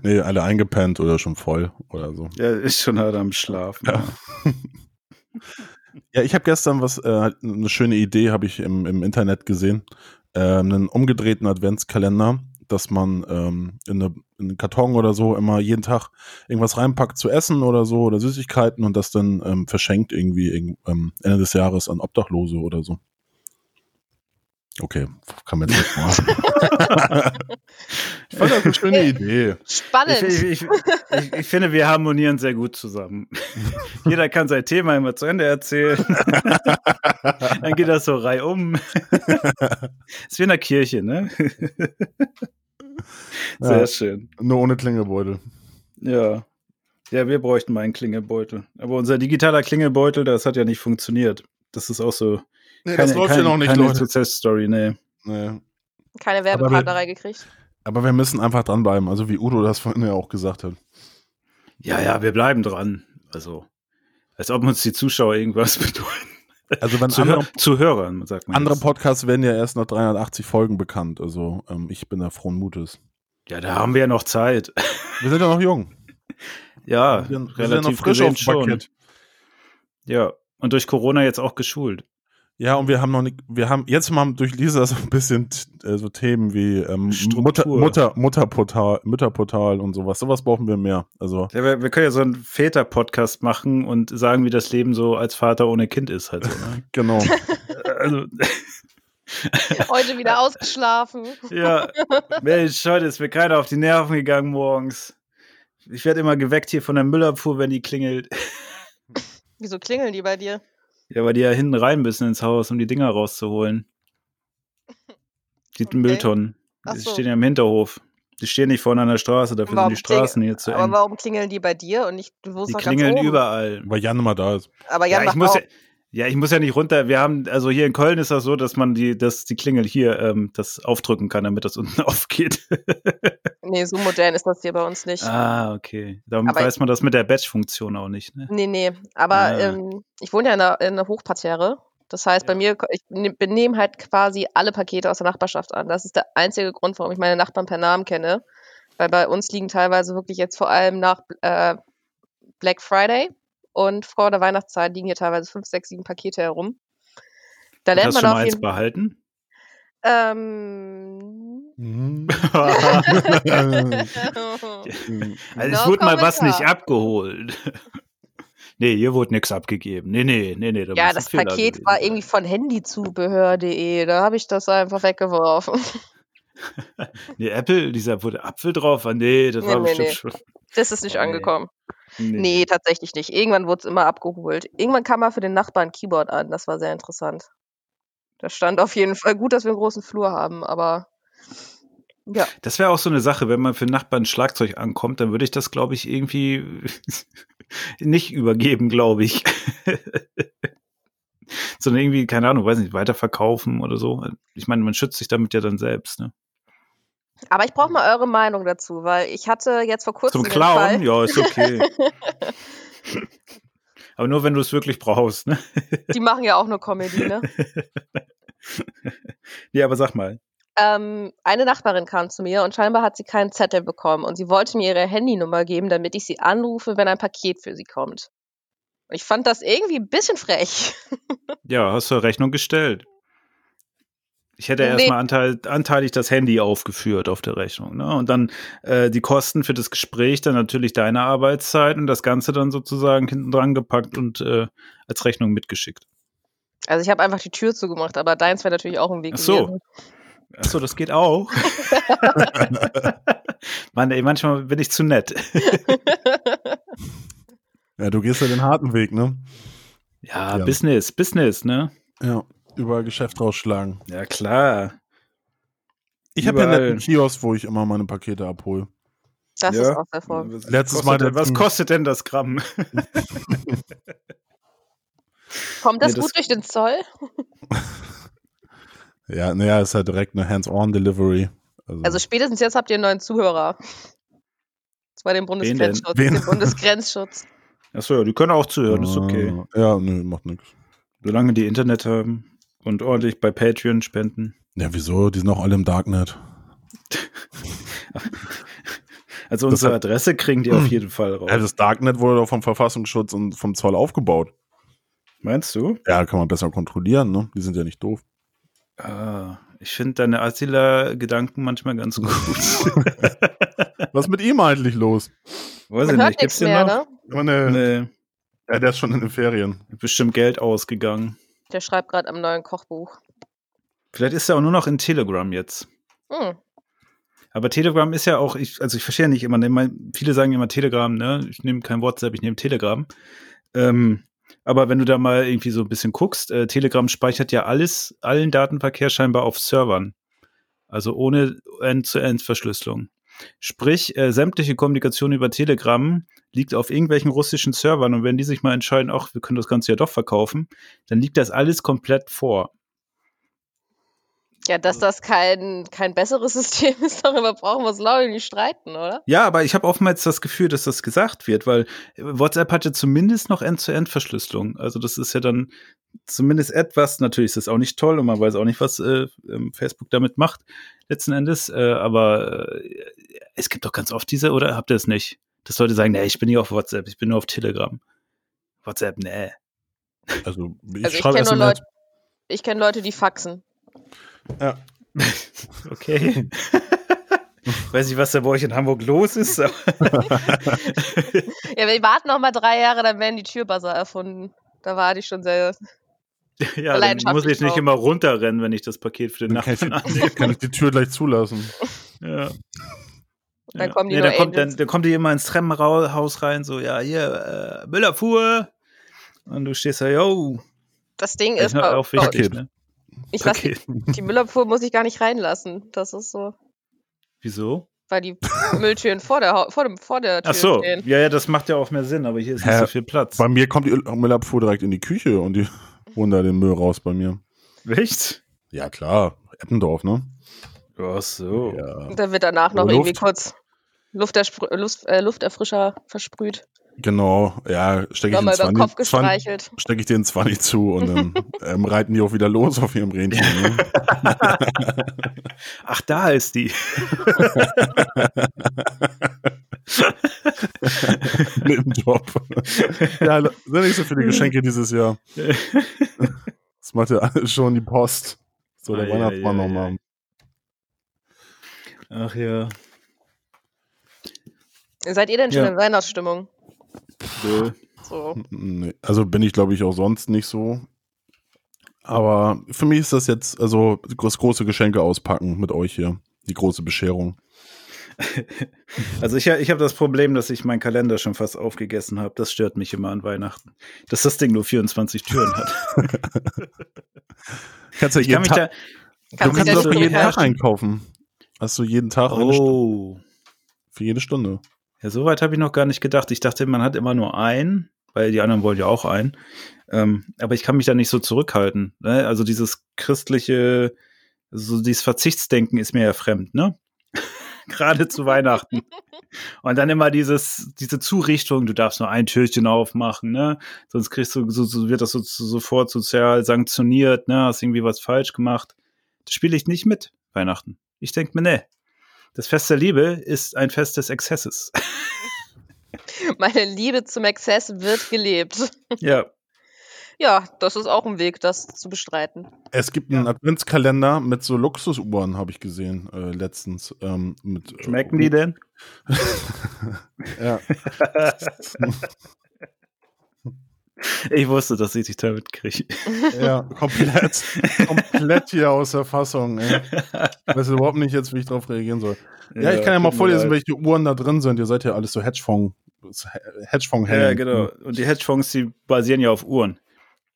S2: Nee, alle eingepennt oder schon voll oder so.
S3: Ja, ist schon hart am Schlafen. Ja.
S2: Ja, ich habe gestern was, äh, eine schöne Idee habe ich im, im Internet gesehen. Äh, einen umgedrehten Adventskalender, dass man ähm, in, eine, in einen Karton oder so immer jeden Tag irgendwas reinpackt zu essen oder so oder Süßigkeiten und das dann ähm, verschenkt irgendwie irgend- ähm, Ende des Jahres an Obdachlose oder so. Okay, kann man jetzt nicht machen. ich fand das eine schöne Idee.
S3: Ich, ich,
S4: Spannend.
S3: ich, ich, ich finde, wir harmonieren sehr gut zusammen. Jeder kann sein Thema immer zu Ende erzählen. Dann geht das so reihum. ist wie in der Kirche, ne? Sehr
S2: Ja.
S3: schön.
S2: Nur ohne Klingelbeutel.
S3: Ja. Ja, wir bräuchten mal einen Klingelbeutel. Aber unser digitaler Klingelbeutel, das hat ja nicht funktioniert. Das ist auch so.
S2: Nee, das läuft ja noch nicht,
S3: keine
S2: Leute.
S3: Success-Story, ne? nee.
S2: Nee.
S4: Keine Werbepartnerei gekriegt.
S2: Aber wir müssen einfach dranbleiben, also wie Udo das vorhin ja auch gesagt hat.
S3: Ja, ja, wir bleiben dran. Also, als ob uns die Zuschauer irgendwas bedeuten.
S2: Also wenn
S3: Zuhör
S2: andere,
S3: Zuhörern, sagt man.
S2: andere
S3: jetzt.
S2: Podcasts werden ja erst nach 380 Folgen bekannt, also ähm, ich bin da frohen Mutes.
S3: Ja, da haben wir ja noch Zeit.
S2: Wir sind ja noch jung.
S3: Ja,
S2: wir sind, wir sind ja noch
S3: relativ
S2: frisch
S3: gesehen
S2: auf dem
S3: schon.
S2: Parkett.
S3: Ja, und durch Corona jetzt auch geschult.
S2: Ja, und wir haben noch nicht, wir haben jetzt mal durch Lisa so ein bisschen äh, so Themen wie ähm,
S3: Struktur.
S2: Mutter, Mutter, Mutterportal, Mütterportal und sowas. Sowas brauchen wir mehr. Also
S3: Ja, wir, wir können ja so einen Väter-Podcast machen und sagen, wie das Leben so als Vater ohne Kind ist. Halt so, ne?
S2: genau.
S3: also,
S4: Heute wieder ausgeschlafen.
S3: ja, Mensch, heute ist mir keiner auf die Nerven gegangen morgens. Ich werde immer geweckt hier von der Müllabfuhr, wenn die klingelt.
S4: Wieso klingeln die bei dir?
S3: Ja, weil die ja hinten rein müssen ins Haus, um die Dinger rauszuholen. Die
S4: Okay.
S3: Mülltonnen.
S4: Ach
S3: Die
S4: so.
S3: stehen ja im Hinterhof. Die stehen nicht vorne an der Straße, dafür
S4: Warum
S3: sind die Straßen hier zu
S4: Aber
S3: eng.
S4: warum klingeln die bei dir und nicht, du wohnst
S3: Die
S4: doch
S3: klingeln
S4: ganz oben.
S3: überall.
S2: Weil Jan immer da ist.
S4: Aber
S3: Ja,
S4: Jan
S3: ich
S4: macht
S3: muss
S4: auch.
S3: ja, ja, ich muss ja nicht runter. Wir haben, also hier in Köln ist das so, dass man die, dass die Klingel hier ähm, das aufdrücken kann, damit das unten aufgeht.
S4: Nee, so modern ist das hier bei uns nicht.
S3: ah, okay. Damit
S4: Aber-
S3: weiß man das mit der Batch-Funktion auch nicht. Ne?
S4: Nee, nee. Aber
S3: Ah.
S4: ähm, ich wohne ja in einer, in einer Hochparterre. Das heißt, bei mir, ich ne- nehme halt quasi alle Pakete aus der Nachbarschaft an. Das ist der einzige Grund, warum ich meine Nachbarn per Namen kenne. Weil bei uns liegen teilweise wirklich jetzt vor allem nach äh, Black Friday und vor der Weihnachtszeit liegen hier teilweise fünf, sechs, sieben Pakete herum. Da
S3: Und
S4: lernt
S3: hast du
S4: man
S3: schon mal
S4: auf
S3: eins
S4: jeden
S3: behalten?
S4: ähm,
S2: Mhm.
S3: also
S4: ähm,
S3: ich
S4: No
S3: Also wurde mal was
S4: Kommentar.
S3: nicht abgeholt. nee, hier wurde nichts abgegeben. Nee, nee, nee, nee. da muss
S4: Ja,
S3: ein
S4: das
S3: Fehler
S4: Paket
S3: gewesen
S4: war
S3: sein.
S4: irgendwie von handyzubehör.de. Da habe ich das einfach weggeworfen.
S3: Nee, Apple, dieser wurde Apfel drauf. war. Nee, das
S4: Nee,
S3: war
S4: nee,
S3: bestimmt
S4: nee.
S3: schon.
S4: Das ist nicht
S3: Oh, nee.
S4: angekommen. Nee. tatsächlich nicht. Irgendwann wurde es immer abgeholt. Irgendwann kam mal für den Nachbarn ein Keyboard an. Das war sehr interessant. Da stand auf jeden Fall gut, dass wir einen großen Flur haben, aber ja.
S3: Das wäre auch so eine Sache, wenn man für Nachbarn Schlagzeug ankommt, dann würde ich das, glaube ich, irgendwie nicht übergeben, glaube ich. Sondern irgendwie, keine Ahnung, weiß nicht, weiterverkaufen oder so. Ich meine, man schützt sich damit ja dann selbst. Ne?
S4: Aber ich brauche mal eure Meinung dazu, weil ich hatte jetzt vor kurzem
S3: Zum
S4: den
S3: Clown,
S4: Fall-
S3: ja, ist okay. Aber nur, wenn du es wirklich brauchst. Ne?
S4: Die machen ja auch nur Comedy, ne?
S3: Ja, aber sag mal.
S4: ähm, eine Nachbarin kam zu mir und scheinbar hat sie keinen Zettel bekommen und sie wollte mir ihre Handynummer geben, damit ich sie anrufe, wenn ein Paket für sie kommt. Und ich fand das irgendwie ein bisschen frech.
S3: Ja, hast du Rechnung gestellt. Ich hätte erstmal
S4: Nee.
S3: anteil, anteilig das Handy aufgeführt auf der Rechnung. Ne? Und dann äh, die Kosten für das Gespräch, dann natürlich deine Arbeitszeit und das Ganze dann sozusagen hinten dran gepackt und äh, als Rechnung mitgeschickt.
S4: Also ich habe einfach die Tür zugemacht, aber deins wäre natürlich auch im Weg
S3: Ach so.
S4: gewesen.
S3: Achso, das geht auch. Mann, ey, manchmal bin ich zu nett.
S2: Ja, du gehst ja den harten Weg, ne?
S3: Ja,
S2: Ja.
S3: Business, Business, ne?
S2: Ja. Über Geschäft rausschlagen.
S3: Ja, klar.
S2: Ich habe ja einen
S3: Überall.
S2: netten Kiosk, wo ich immer meine Pakete abhole.
S4: Das
S3: Ja.
S4: ist auch der Vor.
S3: Was
S2: Letztes
S3: kostet
S2: Mal
S3: denn, was
S2: dazu-
S3: kostet denn das Gramm?
S4: Kommt das,
S3: Nee, das-
S4: gut durch den Zoll?
S2: Ja, naja, ist ja direkt eine Hands-on-Delivery.
S4: Also spätestens jetzt habt ihr einen neuen Zuhörer. Das war
S3: denn?
S4: den Bundesgrenzschutz.
S2: Wen?
S4: Den Bundesgrenzschutz.
S3: Achso, ja, die können auch zuhören, ist okay.
S2: Ah, Ja, nö, macht nix.
S3: Solange die Internet haben und ordentlich bei Patreon spenden.
S2: Ja, wieso? Die sind auch alle im Darknet.
S3: Also
S2: Das
S3: unsere
S2: hat- Hm. Also
S3: Adresse kriegen die auf jeden Fall raus.
S2: Ja, das Darknet wurde doch vom Verfassungsschutz und vom Zoll aufgebaut.
S3: Meinst du?
S2: Ja, kann man besser kontrollieren, ne? Die sind ja nicht doof.
S3: Ah, ich finde deine Attila-Gedanken manchmal ganz gut.
S2: Was ist mit ihm eigentlich los?
S3: Weiß ich
S4: Man hört
S3: nicht.
S4: nichts
S3: Gibt's den
S4: mehr,
S3: noch?
S4: ne?
S2: Aber ne,
S3: Nee,
S2: Ja, der ist schon in den Ferien.
S3: bestimmt Geld ausgegangen.
S4: Der schreibt gerade am neuen Kochbuch.
S3: Vielleicht ist er auch nur noch in Telegram jetzt.
S4: Hm.
S3: Aber Telegram ist ja auch, ich, also ich verstehe ja nicht immer, ne, mein- viele sagen immer Telegram, ne? Ich nehme kein WhatsApp, ich nehme Telegram. Ähm, aber wenn du da mal irgendwie so ein bisschen guckst, äh, Telegram speichert ja alles, allen Datenverkehr scheinbar auf Servern. Also ohne End-zu-End-Verschlüsselung. Sprich, äh, sämtliche Kommunikation über Telegram liegt auf irgendwelchen russischen Servern und wenn die sich mal entscheiden, ach, wir können das Ganze ja doch verkaufen, dann liegt das alles komplett vor.
S4: Ja, dass das kein, kein besseres System ist, darüber brauchen wir uns, glaube ich, nicht streiten, oder?
S3: Ja, aber ich habe oftmals das Gefühl, dass das gesagt wird, weil äh, WhatsApp hat ja zumindest noch End-zu-End-Verschlüsselung. Also das ist ja dann zumindest etwas, natürlich ist das auch nicht toll und man weiß auch nicht, was äh, ähm, Facebook damit macht, letzten Endes. Äh, aber äh, es gibt doch ganz oft diese, oder habt ihr es nicht? Dass Leute sagen, nee, ich bin nicht auf WhatsApp, ich bin nur auf Telegram. WhatsApp, nee.
S2: Also, ich
S4: Also ich
S2: schreibe
S4: kenne
S2: erst
S4: nur
S2: mal.
S4: Leute, ich kenne Leute, die faxen.
S2: Ja.
S3: Okay. Weiß nicht, was da bei euch in Hamburg los ist. aber-
S4: Ja, wir warten noch mal drei Jahre, dann werden die Türbuzzer erfunden. Da warte ich schon
S3: ja,
S4: sehr.
S3: dann muss ich
S4: Leidenschaftlich
S3: nicht
S4: drauf.
S3: immer runterrennen, wenn ich das Paket für den
S2: Dann kann ich,
S3: Nachbarn annehme.
S2: kann ich die Tür gleich zulassen.
S3: Ja.
S4: Dann kommen die
S3: ja,
S4: nur
S3: dann, kommt, dann,
S4: Angels.
S3: dann kommt die immer ins Treppenhaus rein, so, ja, hier, äh, Müllabfuhr. Und du stehst da, yo.
S4: Das Ding
S3: Das
S4: ist,
S3: ist halt auch
S4: bei-
S3: wichtig,
S2: Paket.
S3: ne?
S4: ich lass die,
S3: Paket.
S4: die Müllabfuhr muss ich gar nicht reinlassen. Das ist so,
S3: Wieso?
S4: weil die Mülltüren vor der, Hau- vor dem, vor der Tür
S3: Ach so,
S4: stehen.
S3: ja, ja, das macht ja auch mehr Sinn, aber hier ist nicht
S2: Hä?
S3: so viel Platz.
S2: Bei mir kommt die Öl- Müllabfuhr direkt in die Küche und die holen da den Müll raus bei mir.
S3: Echt?
S2: Ja, klar. Eppendorf, ne?
S3: Ach so.
S2: Ja.
S4: Und dann wird danach noch
S2: Nur
S4: irgendwie
S2: Luft.
S4: kurz Lufterspr Luft, äh, Lufterfrischer versprüht.
S2: Genau. Ja, stecke ich,
S4: Nochmal
S2: den
S4: über den
S2: 20
S4: Kopf
S2: 20
S4: gestreichelt.
S2: steck ich den 20 zu und dann ähm, reiten die auch wieder los auf ihrem Rennchen. Ne?
S3: Ach, da ist die.
S2: Mit dem Job. ja, da sind nicht so viele Geschenke dieses Jahr. Das macht ja alles schon die Post. So, der
S3: Ei,
S2: Weihnachtsmann
S3: ei, ei,
S2: nochmal.
S3: ei. Ach ja.
S4: Seid ihr denn schon
S3: Ja. Hm.
S4: in Weihnachtsstimmung?
S3: Nö.
S4: So.
S2: Nee, Also bin ich, glaube ich, auch sonst nicht so. Aber für mich ist das jetzt, also das große Geschenke auspacken mit euch hier. Die große Bescherung.
S3: Also ich, ich habe das Problem, dass ich meinen Kalender schon fast aufgegessen habe. Das stört mich immer an Weihnachten. Dass das Ding nur 24 Türen hat.
S2: Kannst ja
S3: Ich
S2: jeden
S3: kann mich da,
S2: Tag, du
S4: Kannst
S2: kannst doch
S4: dich ja
S2: für
S4: nicht
S2: jeden
S4: drum
S2: Tag
S4: herrschen.
S2: einkaufen. Hast du jeden Tag eine Stunde,
S3: Oh.
S2: für jede Stunde.
S3: Ja, so weit habe ich noch gar nicht gedacht. Ich dachte, man hat immer nur einen, weil die anderen wollen ja auch einen. Ähm, aber ich kann mich da nicht so zurückhalten. Ne? Also dieses christliche, so dieses Verzichtsdenken ist mir ja fremd, ne? Gerade zu Weihnachten. Und dann immer dieses, diese Zurichtung, du darfst nur ein Türchen aufmachen, ne? Sonst kriegst du, so, so wird das so, so, sofort sozial sanktioniert, ne? Hast irgendwie was falsch gemacht. Das spiele ich nicht mit, Weihnachten. Ich denke mir, ne. Das Fest der Liebe ist ein Fest des Exzesses.
S4: Meine Liebe zum Exzess wird gelebt.
S3: Ja,
S4: Ja, das ist auch ein Weg, das zu bestreiten.
S2: Es gibt einen Adventskalender mit so Luxusuhren, habe ich gesehen äh, letztens. Ähm, mit, äh,
S3: schmecken die denn?
S2: Ja.
S3: Ich wusste, dass ich dich damit kriege.
S2: Ja, komplett, komplett hier aus der Fassung. Ey. Ich weiß überhaupt nicht jetzt, wie ich darauf reagieren soll. Ja, ich kann ja mal vorlesen, welche Uhren da drin sind. Ihr seid ja alles so Hedgefonds. hedgefonds
S3: Ja, genau. Und die Hedgefonds, die basieren ja auf Uhren.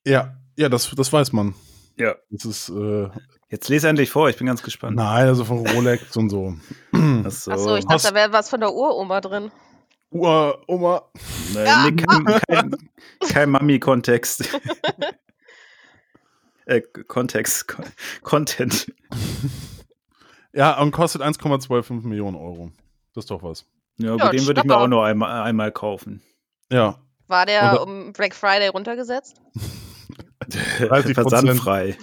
S2: Ja, ja das, das weiß man.
S3: Ja.
S2: Das ist, äh,
S3: Jetzt lese endlich vor, ich bin ganz gespannt.
S2: nein, also von Rolex und so.
S3: Achso.
S4: Ach so, ich dachte,
S2: Hast-
S4: da wäre was von der Uroma drin.
S2: Uhr, Oma.
S3: nee,
S4: Ah!
S3: nee, kein, kein, kein Mami-Kontext. äh, Kontext, Kon- Content.
S2: Ja, und kostet 1,25 Millionen Euro. Das ist doch was.
S3: Ja,
S4: Ja,
S3: bei dem würde ich mir
S4: Schnapper.
S3: auch nur einmal, einmal kaufen.
S2: Ja,
S4: War der
S2: Oder-
S4: um Black Friday runtergesetzt?
S2: 30%.
S3: Versandfrei.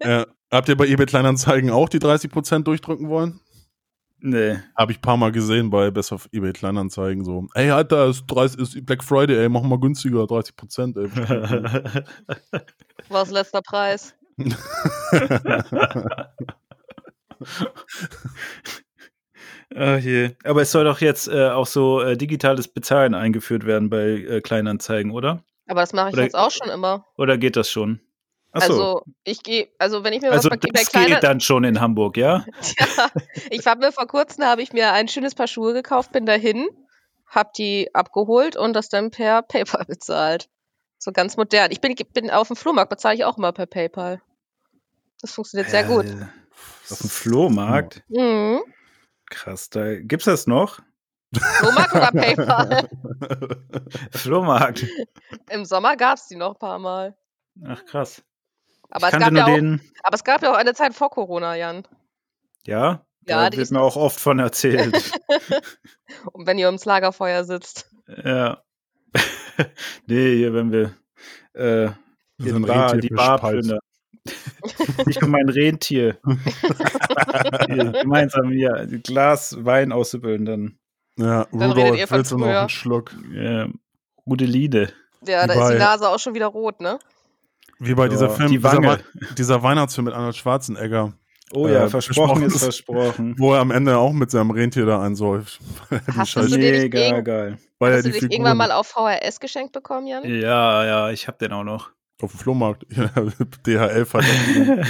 S2: äh, habt ihr bei eBay Kleinanzeigen auch die 30% durchdrücken wollen?
S3: Nee.
S2: Habe ich ein paar Mal gesehen bei Best of eBay Kleinanzeigen so. Ey, Alter, ist, 30, ist Black Friday, ey, mach mal günstiger, 30 Prozent, ey.
S4: Was letzter Preis?
S3: Ach je. Aber es soll doch jetzt äh, auch so äh, digitales Bezahlen eingeführt werden bei äh, Kleinanzeigen, oder?
S4: Aber das mache ich
S3: Oder-
S4: jetzt auch schon immer.
S3: Oder geht das schon? Ach so.
S4: Also ich gehe, also wenn ich mir
S3: also
S4: was bei
S3: das geht dann schon in Hamburg, ja?
S4: Ja, ich habe mir vor kurzem habe ich mir ein schönes Paar Schuhe gekauft, bin dahin, habe die abgeholt und das dann per PayPal bezahlt. So ganz modern. Ich bin, bin auf dem Flohmarkt bezahle ich auch immer per PayPal. Das funktioniert sehr gut.
S3: Äh, Auf dem Flohmarkt?
S4: Mhm.
S3: Krass, da gibt's das noch?
S4: Flohmarkt oder PayPal?
S3: Flohmarkt.
S4: Im Sommer gab es die noch ein paar Mal.
S3: Ach krass.
S4: Aber
S3: ich
S4: es,
S3: kannte
S4: gab
S3: nur
S4: ja auch,
S3: den.
S4: aber es gab ja auch eine Zeit vor Corona, Jan.
S3: Ja?
S4: Ja,
S3: da
S4: die
S3: wird
S4: ist-
S3: mir auch oft von erzählt.
S4: Und wenn ihr ums Lagerfeuer sitzt.
S3: ja. nee, hier, wenn wir äh, hier die Bar, die Bar plündern. Ich und mein Rentier. Hier, gemeinsam hier ein Glas Wein aussippeln, dann
S2: Ja,
S4: redet ihr
S2: Rudolf,
S4: von
S2: willst du noch
S4: früher.
S2: einen Schluck?
S3: äh, Rudeline.
S4: Ja, da
S2: Wobei-
S4: ist die Nase auch schon wieder rot, ne?
S2: Wie bei
S3: Ja,
S2: dieser Film,
S3: die
S2: dieser,
S3: Wange.
S2: Wei- dieser Weihnachtsfilm mit Arnold Schwarzenegger,
S3: Oh ja,
S2: Äh,
S3: versprochen
S2: versprochen
S3: ist
S2: ist-
S3: versprochen.
S2: wo er am Ende auch mit seinem Rentier da einsäuft. Weil er die
S4: Hast du
S2: Scheiße-
S4: den nicht
S3: Mega
S4: gegen-
S3: geil.
S2: weil er
S4: Hast du
S2: die
S4: dich
S2: Figuren
S4: irgendwann mal auf VHS geschenkt bekommen, Jan?
S3: Ja, ja, ich hab den auch noch.
S2: auf dem Flohmarkt, DHL verdient.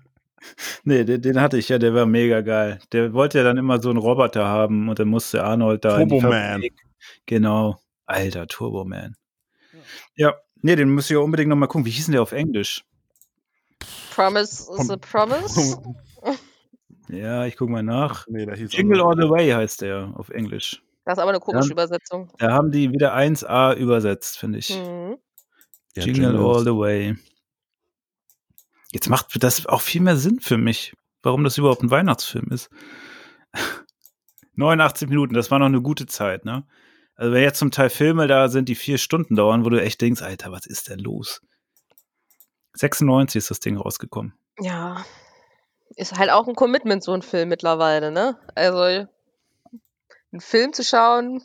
S3: nee, den, den hatte ich ja, der war mega geil. Der wollte ja dann immer so einen Roboter haben und dann musste Arnold da. in die
S2: Turbo Man.
S3: Fabrik. Genau. Alter, Turbo Man. Ja. nee, den müsst ihr unbedingt nochmal gucken. Wie hieß denn der auf Englisch?
S4: Promise is a promise.
S3: Ja, ich guck mal nach.
S2: nee, da hieß
S3: Jingle
S2: anders.
S3: All the Way heißt der auf Englisch.
S4: Das ist aber eine komische
S3: Ja.
S4: Übersetzung.
S3: Da haben die wieder 1A übersetzt, finde ich.
S4: Mhm.
S2: Ja,
S3: Jingle,
S2: Jingle
S3: All
S2: ist-
S3: the Way. Jetzt macht das auch viel mehr Sinn für mich, warum das überhaupt ein Weihnachtsfilm ist. 89 Minuten, das war noch eine gute Zeit, ne? Also wenn jetzt zum Teil Filme da sind, die vier Stunden dauern, wo du echt denkst, Alter, was ist denn los? 96 ist das Ding rausgekommen.
S4: Ja. Ist halt auch ein Commitment, so ein Film mittlerweile, ne? Also, einen Film zu schauen,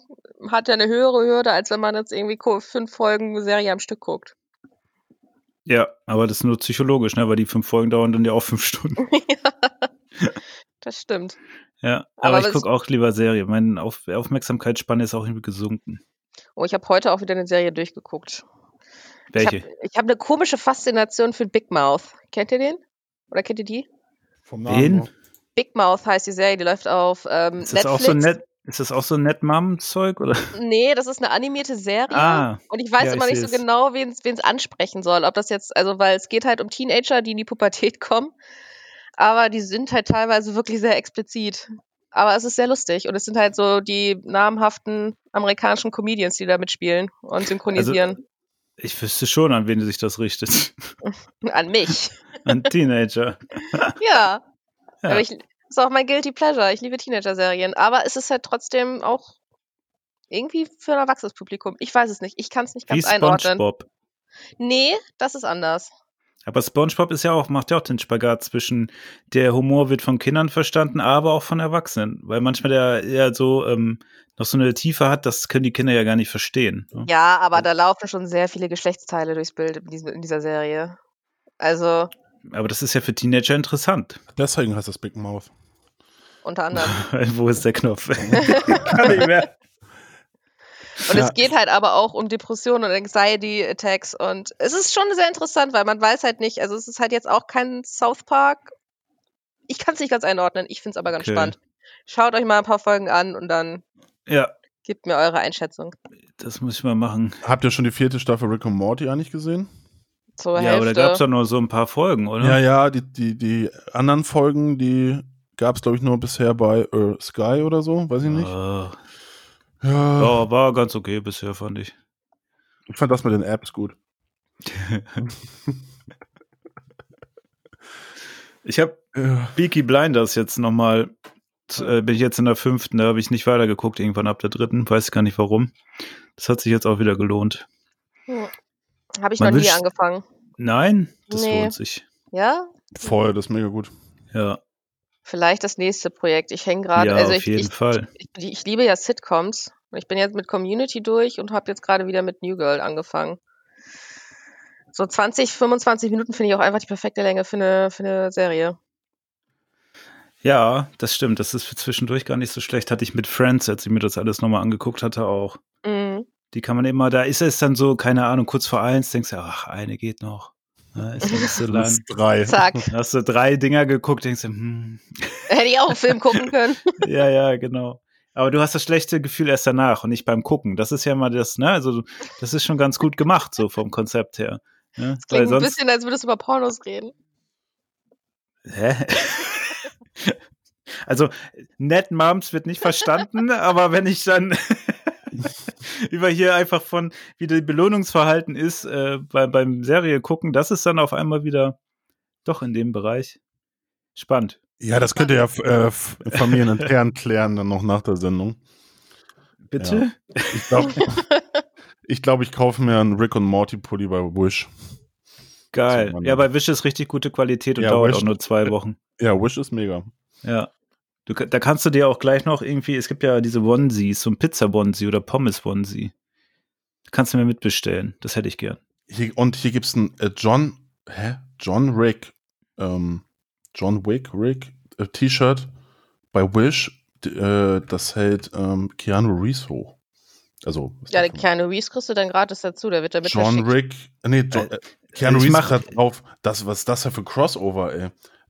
S4: hat ja eine höhere Hürde, als wenn man jetzt irgendwie ko- fünf Folgen Serie am Stück guckt.
S3: Ja, aber das ist nur psychologisch, ne? Weil die fünf Folgen dauern dann ja auch fünf Stunden.
S4: Das stimmt.
S3: Ja,
S4: Aber
S3: aber, ich
S4: was-
S3: gucke auch lieber Serie. Meine Auf Aufmerksamkeitsspanne ist auch irgendwie gesunken.
S4: Oh, ich habe heute auch wieder eine Serie durchgeguckt. Ich
S3: Welche?
S4: habe ich hab eine komische Faszination für Big Mouth. Kennt ihr den? Oder kennt ihr die?
S2: Vom
S3: Wen?
S2: Namen.
S4: Big Mouth heißt die Serie, die läuft auf ähm,
S3: Ist das
S4: Netflix.
S3: auch so nett? Ist das auch so nett Mom-Zeug oder?
S4: Nee, das ist eine animierte Serie.
S3: Ah,
S4: Und ich weiß
S3: ja,
S4: immer
S3: ich
S4: nicht so
S3: seh's.
S4: genau, wen es ansprechen soll. Ob das jetzt, also, weil es geht halt um Teenager, die in die Pubertät kommen. Aber die sind halt teilweise wirklich sehr explizit. Aber es ist sehr lustig. Und es sind halt so die namhaften amerikanischen Comedians, die da mitspielen
S3: Also,
S4: und synchronisieren.
S3: ich wüsste schon, an wen sich das richtet.
S4: An mich.
S3: An Teenager.
S4: Ja.
S3: Ja.
S4: Aber ich, ist auch mein Guilty Pleasure. Ich liebe Teenager-Serien. Aber es ist halt trotzdem auch irgendwie für ein erwachsenes Publikum. Ich weiß es nicht. Ich kann es nicht
S3: Wie
S4: ganz einordnen.
S3: SpongeBob.
S4: Nee, das ist anders.
S3: Aber SpongeBob ist ja auch, macht ja auch den Spagat zwischen, der Humor wird von Kindern verstanden, aber auch von Erwachsenen. Weil manchmal der eher so ähm, noch so eine Tiefe hat, das können die Kinder ja gar nicht verstehen. ne?
S4: Ja, aber da laufen schon sehr viele Geschlechtsteile durchs Bild in, diesem, in dieser Serie. Also
S3: Aber das ist ja für Teenager interessant.
S2: Deswegen heißt das Big Mouth.
S4: unter anderem.
S3: Wo ist der Knopf? Kann nicht mehr.
S4: Und
S3: Ja.
S4: es geht halt aber auch um Depressionen und Anxiety-Attacks. Und es ist schon sehr interessant, weil man weiß halt nicht, also es ist halt jetzt auch kein South Park. Ich kann es nicht ganz einordnen, ich finde es aber ganz
S3: Okay.
S4: spannend. Schaut euch mal ein paar Folgen an und dann
S3: Ja,
S4: gebt mir eure Einschätzung.
S3: das muss ich mal machen.
S2: Habt ihr schon die vierte Staffel Rick und Morty eigentlich gesehen?
S4: Zur
S3: ja, aber da
S4: Hälfte.
S3: gab es doch nur so ein paar Folgen, oder?
S2: Ja, ja, die, die, die anderen Folgen, die gab es, glaube ich, nur bisher bei äh, Sky oder so, weiß ich nicht.
S3: Ah.
S2: Ja,
S3: Ja, war ganz okay bisher, fand ich.
S2: Ich fand das mit den Apps gut.
S3: Ich habe
S2: Ja.
S3: Peaky Blinders jetzt nochmal, äh, bin ich jetzt in der fünften, da habe ich nicht weitergeguckt, irgendwann ab der dritten, weiß gar nicht warum. Das hat sich jetzt auch wieder gelohnt.
S4: Habe ich
S3: Man
S4: noch nie
S3: wünscht-
S4: angefangen.
S3: Nein, das
S4: Nee.
S3: lohnt sich.
S4: Ja?
S2: Voll, das ist mega gut.
S3: Ja.
S4: Vielleicht das nächste Projekt. Ich hänge gerade.
S3: ja,
S4: also
S3: auf
S4: ich,
S3: jeden
S4: ich,
S3: Fall.
S4: ich, ich liebe ja Sitcoms. Und ich bin jetzt mit Community durch und habe jetzt gerade wieder mit New Girl angefangen. So 20, 25 Minuten finde ich auch einfach die perfekte Länge für eine, für eine Serie.
S3: Ja, das stimmt. Das ist für zwischendurch gar nicht so schlecht. Hatte ich mit Friends, als ich mir das alles nochmal angeguckt hatte, auch.
S4: Mhm.
S3: Die kann man immer, da ist es dann so, keine Ahnung, kurz vor eins, denkst du, ach, eine geht noch. Ja, ist ja nicht so lang.
S2: Platz drei.
S4: Zack.
S3: Dann hast du drei Dinger geguckt, denkst du, hm,
S4: Hätte ich auch einen Film gucken können.
S3: ja, ja, genau. Aber du hast das schlechte Gefühl erst danach und nicht beim Gucken. Das ist ja mal das, ne? Also, das ist schon ganz gut gemacht, so vom Konzept her. Ne?
S4: Das klingt ein bisschen, als würdest du über Pornos reden.
S3: Hä? Also, Net Moms wird nicht verstanden, aber wenn ich dann über hier einfach von, wie das Belohnungsverhalten ist äh, bei, beim Serie gucken, das ist dann auf einmal wieder doch in dem Bereich spannend.
S2: Ja, das könnt ihr ja äh, f- familienintern klären, dann noch nach der Sendung.
S3: Bitte?
S2: Ich glaube, ich, glaub, ich kaufe mir einen Rick und Morty Pulli bei Wish.
S3: Geil.
S2: So, Mann.
S3: Ja, bei Wish ist richtig gute Qualität und
S2: Ja,
S3: dauert
S2: Wish-
S3: auch nur zwei Wochen.
S2: Ja, Wish ist mega.
S3: Ja. Du, ka- da kannst du dir auch gleich noch irgendwie, es gibt ja diese Onesies, so ein Pizza-Onesie oder Pommes-Onesie. Kannst du mir mitbestellen. Das hätte ich gern.
S2: Hier, und hier gibt es einen äh, John, hä? John Rick, ähm, John Wick, Rick, äh, T-Shirt bei Wish, d- äh, das hält ähm, Keanu Reeves hoch. Also, was
S4: Ja,
S2: der
S4: der
S2: für-
S4: Keanu Reeves kriegst du dann gratis dazu, der wird damit
S2: John
S4: verschickt.
S2: Rick, äh, nee, John, äh, Keanu
S3: ich
S2: Reeves
S3: mach-
S2: macht hat drauf, das, was ist das denn für ein Crossover, ey?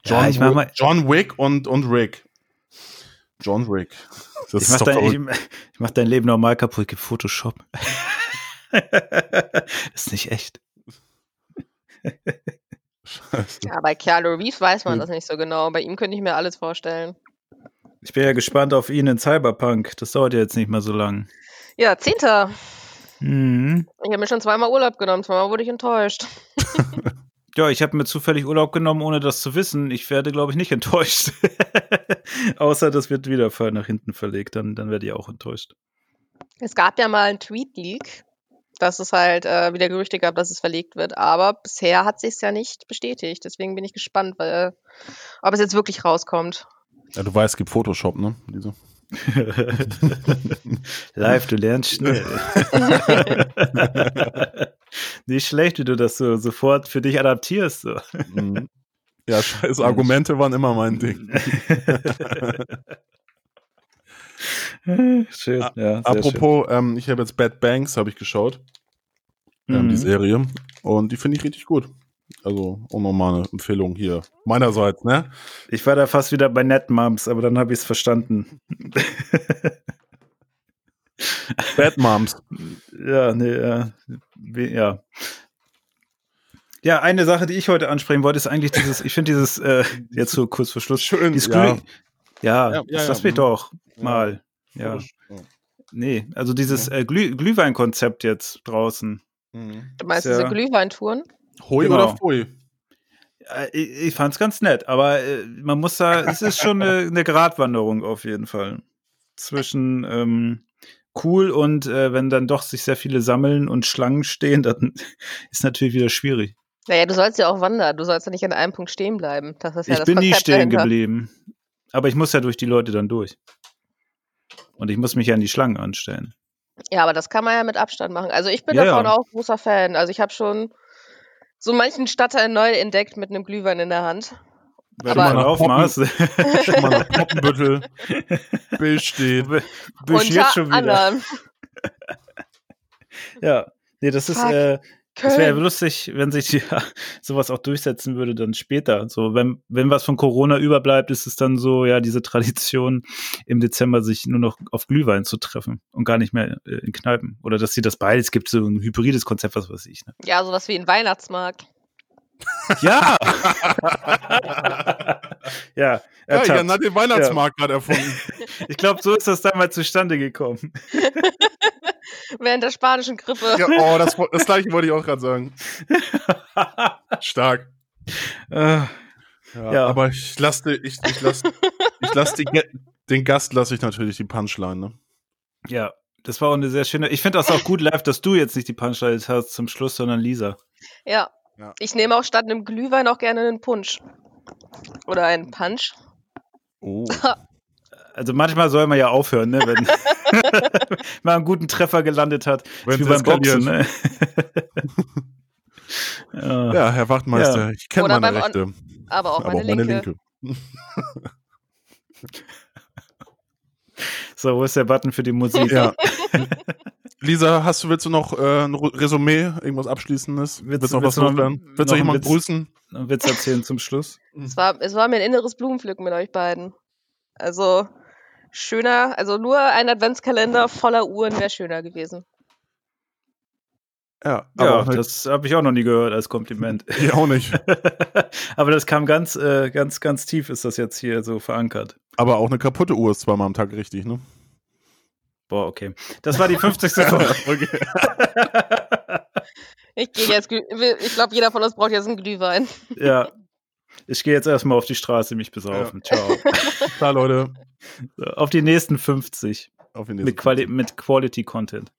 S2: John,
S3: Ja, ich mach
S2: Wi-
S3: mal-
S2: John Wick und, und Rick. John Rick. Das
S3: ich, mach dein, ich,
S2: verrückt.
S3: ich mach dein Leben normal kaputt, gib Photoshop. das ist nicht echt.
S2: Scheiße.
S4: Ja, bei Keanu Reeves weiß man
S2: Ja.
S4: das nicht so genau. Bei ihm könnte ich mir alles vorstellen.
S3: Ich bin ja gespannt auf ihn in Cyberpunk. Das dauert ja jetzt nicht mehr so lang.
S4: Ja, Zehnter.
S3: Mhm.
S4: Ich habe mir schon zweimal Urlaub genommen, zweimal wurde ich enttäuscht.
S3: Ja, ich habe mir zufällig Urlaub genommen, ohne das zu wissen. Ich werde, glaube ich, nicht enttäuscht. Außer das wird wieder voll nach hinten verlegt. Dann, dann werde ich auch enttäuscht.
S4: Es gab ja mal einen Tweet-Leak, dass es halt äh, wieder Gerüchte gab, dass es verlegt wird, aber bisher hat sich ja nicht bestätigt. Deswegen bin ich gespannt, weil, äh, ob es jetzt wirklich rauskommt.
S2: Ja, du weißt, es gibt Photoshop, ne? Lisa?
S3: Live, du lernst schnell. Nicht schlecht, wie du das so sofort für dich adaptierst. So.
S2: Mhm. Ja, scheiß Argumente waren immer mein Ding.
S3: schön,
S2: A-
S3: ja. sehr
S2: Apropos, ähm, ich habe jetzt Bad Banks, habe ich geschaut,
S3: schön.
S2: ähm, die
S3: Mhm.
S2: Serie. Und die finde ich richtig gut. Also, auch nochmal eine Empfehlung hier. Meinerseits, ne?
S3: Ich war da fast wieder bei Netmoms, aber dann habe ich es verstanden.
S2: Bad Moms.
S3: Ja, nee, ja. We- ja. Ja, eine Sache, die ich heute ansprechen wollte, ist eigentlich dieses, ich finde dieses, äh, jetzt so kurz vor Schluss,
S2: Schön,
S3: die Screen, ja,
S2: Ja, ja,
S3: das
S2: ja,
S3: lass mich
S2: mhm.
S3: doch
S2: Ja.
S3: mal, ja. Nee, also dieses äh, Glüh Glühweinkonzept jetzt draußen.
S2: Mhm.
S4: Du meinst
S3: Tja.
S4: diese Glühweintouren?
S2: Hoi
S3: Genau.
S2: oder Pfui?
S3: Äh, ich ich fand's ganz nett, aber äh, man muss da, es ist schon eine, eine Gratwanderung auf jeden Fall. Zwischen ähm, cool und äh, wenn dann doch sich sehr viele sammeln und Schlangen stehen, dann ist natürlich wieder schwierig.
S4: Naja, du sollst ja auch wandern, du sollst ja nicht an einem Punkt stehen bleiben. Das ist ja
S3: ich
S4: das
S3: bin nie
S4: Konzept
S3: stehen
S4: dahinter.
S3: geblieben. Aber ich muss ja durch die Leute dann durch. Und ich muss mich ja an die Schlangen anstellen.
S4: Ja, aber das kann man ja mit Abstand machen. Also ich bin
S3: Ja,
S4: davon
S3: ja.
S4: auch großer Fan. Also ich habe schon so manchen Stadtteil neu entdeckt mit einem Glühwein in der Hand.
S3: Wenn
S4: Aber-
S3: du mal aufmachst,
S2: Schon mal nach Poppenbüttel. Bild steht.
S3: bist du jetzt schon wieder.
S4: anderem
S3: Ja. Nee, das ist,
S4: Fuck.
S3: äh, Es wäre
S4: Köln.
S3: lustig, wenn sich ja, sowas auch durchsetzen würde, dann später. So, wenn, wenn was von Corona überbleibt, ist es dann so, ja, diese Tradition, im Dezember sich nur noch auf Glühwein zu treffen und gar nicht mehr äh, in Kneipen. Oder dass sie das beides gibt, so ein hybrides Konzept, was weiß ich. Ne?
S4: Ja, sowas wie ein Weihnachtsmarkt.
S3: Ja! ja,
S2: Ja, genau.
S3: ertappt.
S2: Jan hat den Weihnachtsmarkt gerade erfunden.
S3: ich glaube, so ist das damals zustande gekommen.
S4: Während der spanischen Grippe.
S2: Ja, oh, das, wo- das gleiche wollte ich auch gerade sagen. Stark.
S3: Äh,
S2: Ja,
S3: Ja.
S2: Aber ich lasse ich, ich lass, ich lass die, Ge- den Gast lasse ich natürlich die Punchline. Ne?
S3: ja, das war auch eine sehr schöne. Ich finde das auch gut live, dass du jetzt nicht die Punchline hast zum Schluss, sondern Lisa.
S4: Ja.
S2: Ja.
S4: Ich nehme auch statt einem Glühwein auch gerne einen Punsch. Oder einen Punch.
S2: Oh.
S3: Also manchmal soll man ja aufhören, ne, wenn man einen guten Treffer gelandet hat.
S2: Wenn's
S3: wie beim
S2: ins Boxen.
S3: Boxen. Ne? ja.
S2: Ja, Herr Wachtmeister, ich kenne
S4: Oder
S2: meine
S4: beim On-
S2: Rechte,
S4: Aber auch
S2: aber
S4: meine,
S2: auch meine
S4: Linke.
S2: Linke.
S3: So, wo ist der Button für die Musik?
S2: Ja. Lisa, hast du, willst du noch äh, ein Ru- Resümee, irgendwas Abschließendes?
S3: Willst-
S2: Willst, du noch was
S3: willst du noch-
S2: loswerden? Willst
S3: noch
S2: du
S3: einen
S2: jemanden
S3: Witz?
S2: grüßen?
S3: Ein Witz erzählen zum Schluss.
S4: Es war, es war mir ein inneres Blumenpflücken mit euch beiden. Also schöner, also nur ein Adventskalender voller Uhren wäre schöner gewesen.
S2: Ja, aber
S3: Ja,
S2: auch, nicht,
S3: das habe ich auch noch nie gehört als Kompliment.
S2: ich auch nicht.
S3: Aber das kam ganz, äh, ganz, ganz tief ist das jetzt hier so verankert.
S2: Aber auch eine kaputte Uhr ist zweimal am Tag richtig, ne?
S3: Boah, okay. Das war die 50. Folge.
S4: Ich gehe jetzt, glüh- ich glaube, jeder von uns braucht jetzt einen Glühwein.
S3: ja. Ich gehe jetzt erstmal auf die Straße mich besaufen. Ciao.
S2: Klar, Leute.
S3: So, auf die nächsten 50
S2: Auf jeden
S3: mit, Quali mit Quality Content.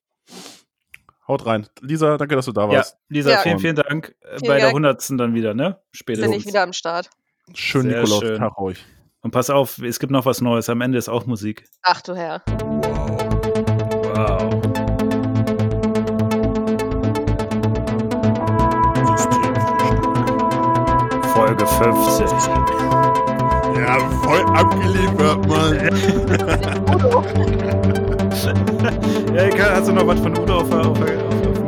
S2: Haut rein. Lisa, danke, dass du da
S3: Ja,
S2: warst.
S3: Lisa,
S4: Ja.
S3: vielen, vielen Dank. Äh,
S4: Vielen
S3: Bei der
S4: Dank.
S3: 100. dann wieder, ne?
S4: Bin
S3: Spätestens.
S4: ich wieder am Start.
S2: Schönen
S3: Sehr
S2: Nikolaus,
S3: schön.
S2: Tag euch.
S3: Und pass auf, es gibt noch was Neues. Am Ende ist auch Musik.
S4: Ach du Herr.
S1: Wow.
S3: Wow. Folge 50.
S2: Ja, voll abgeliefert, Mann.
S3: Ja, Eka, hast du noch was von Udo auf, der- auf, der- auf, der- auf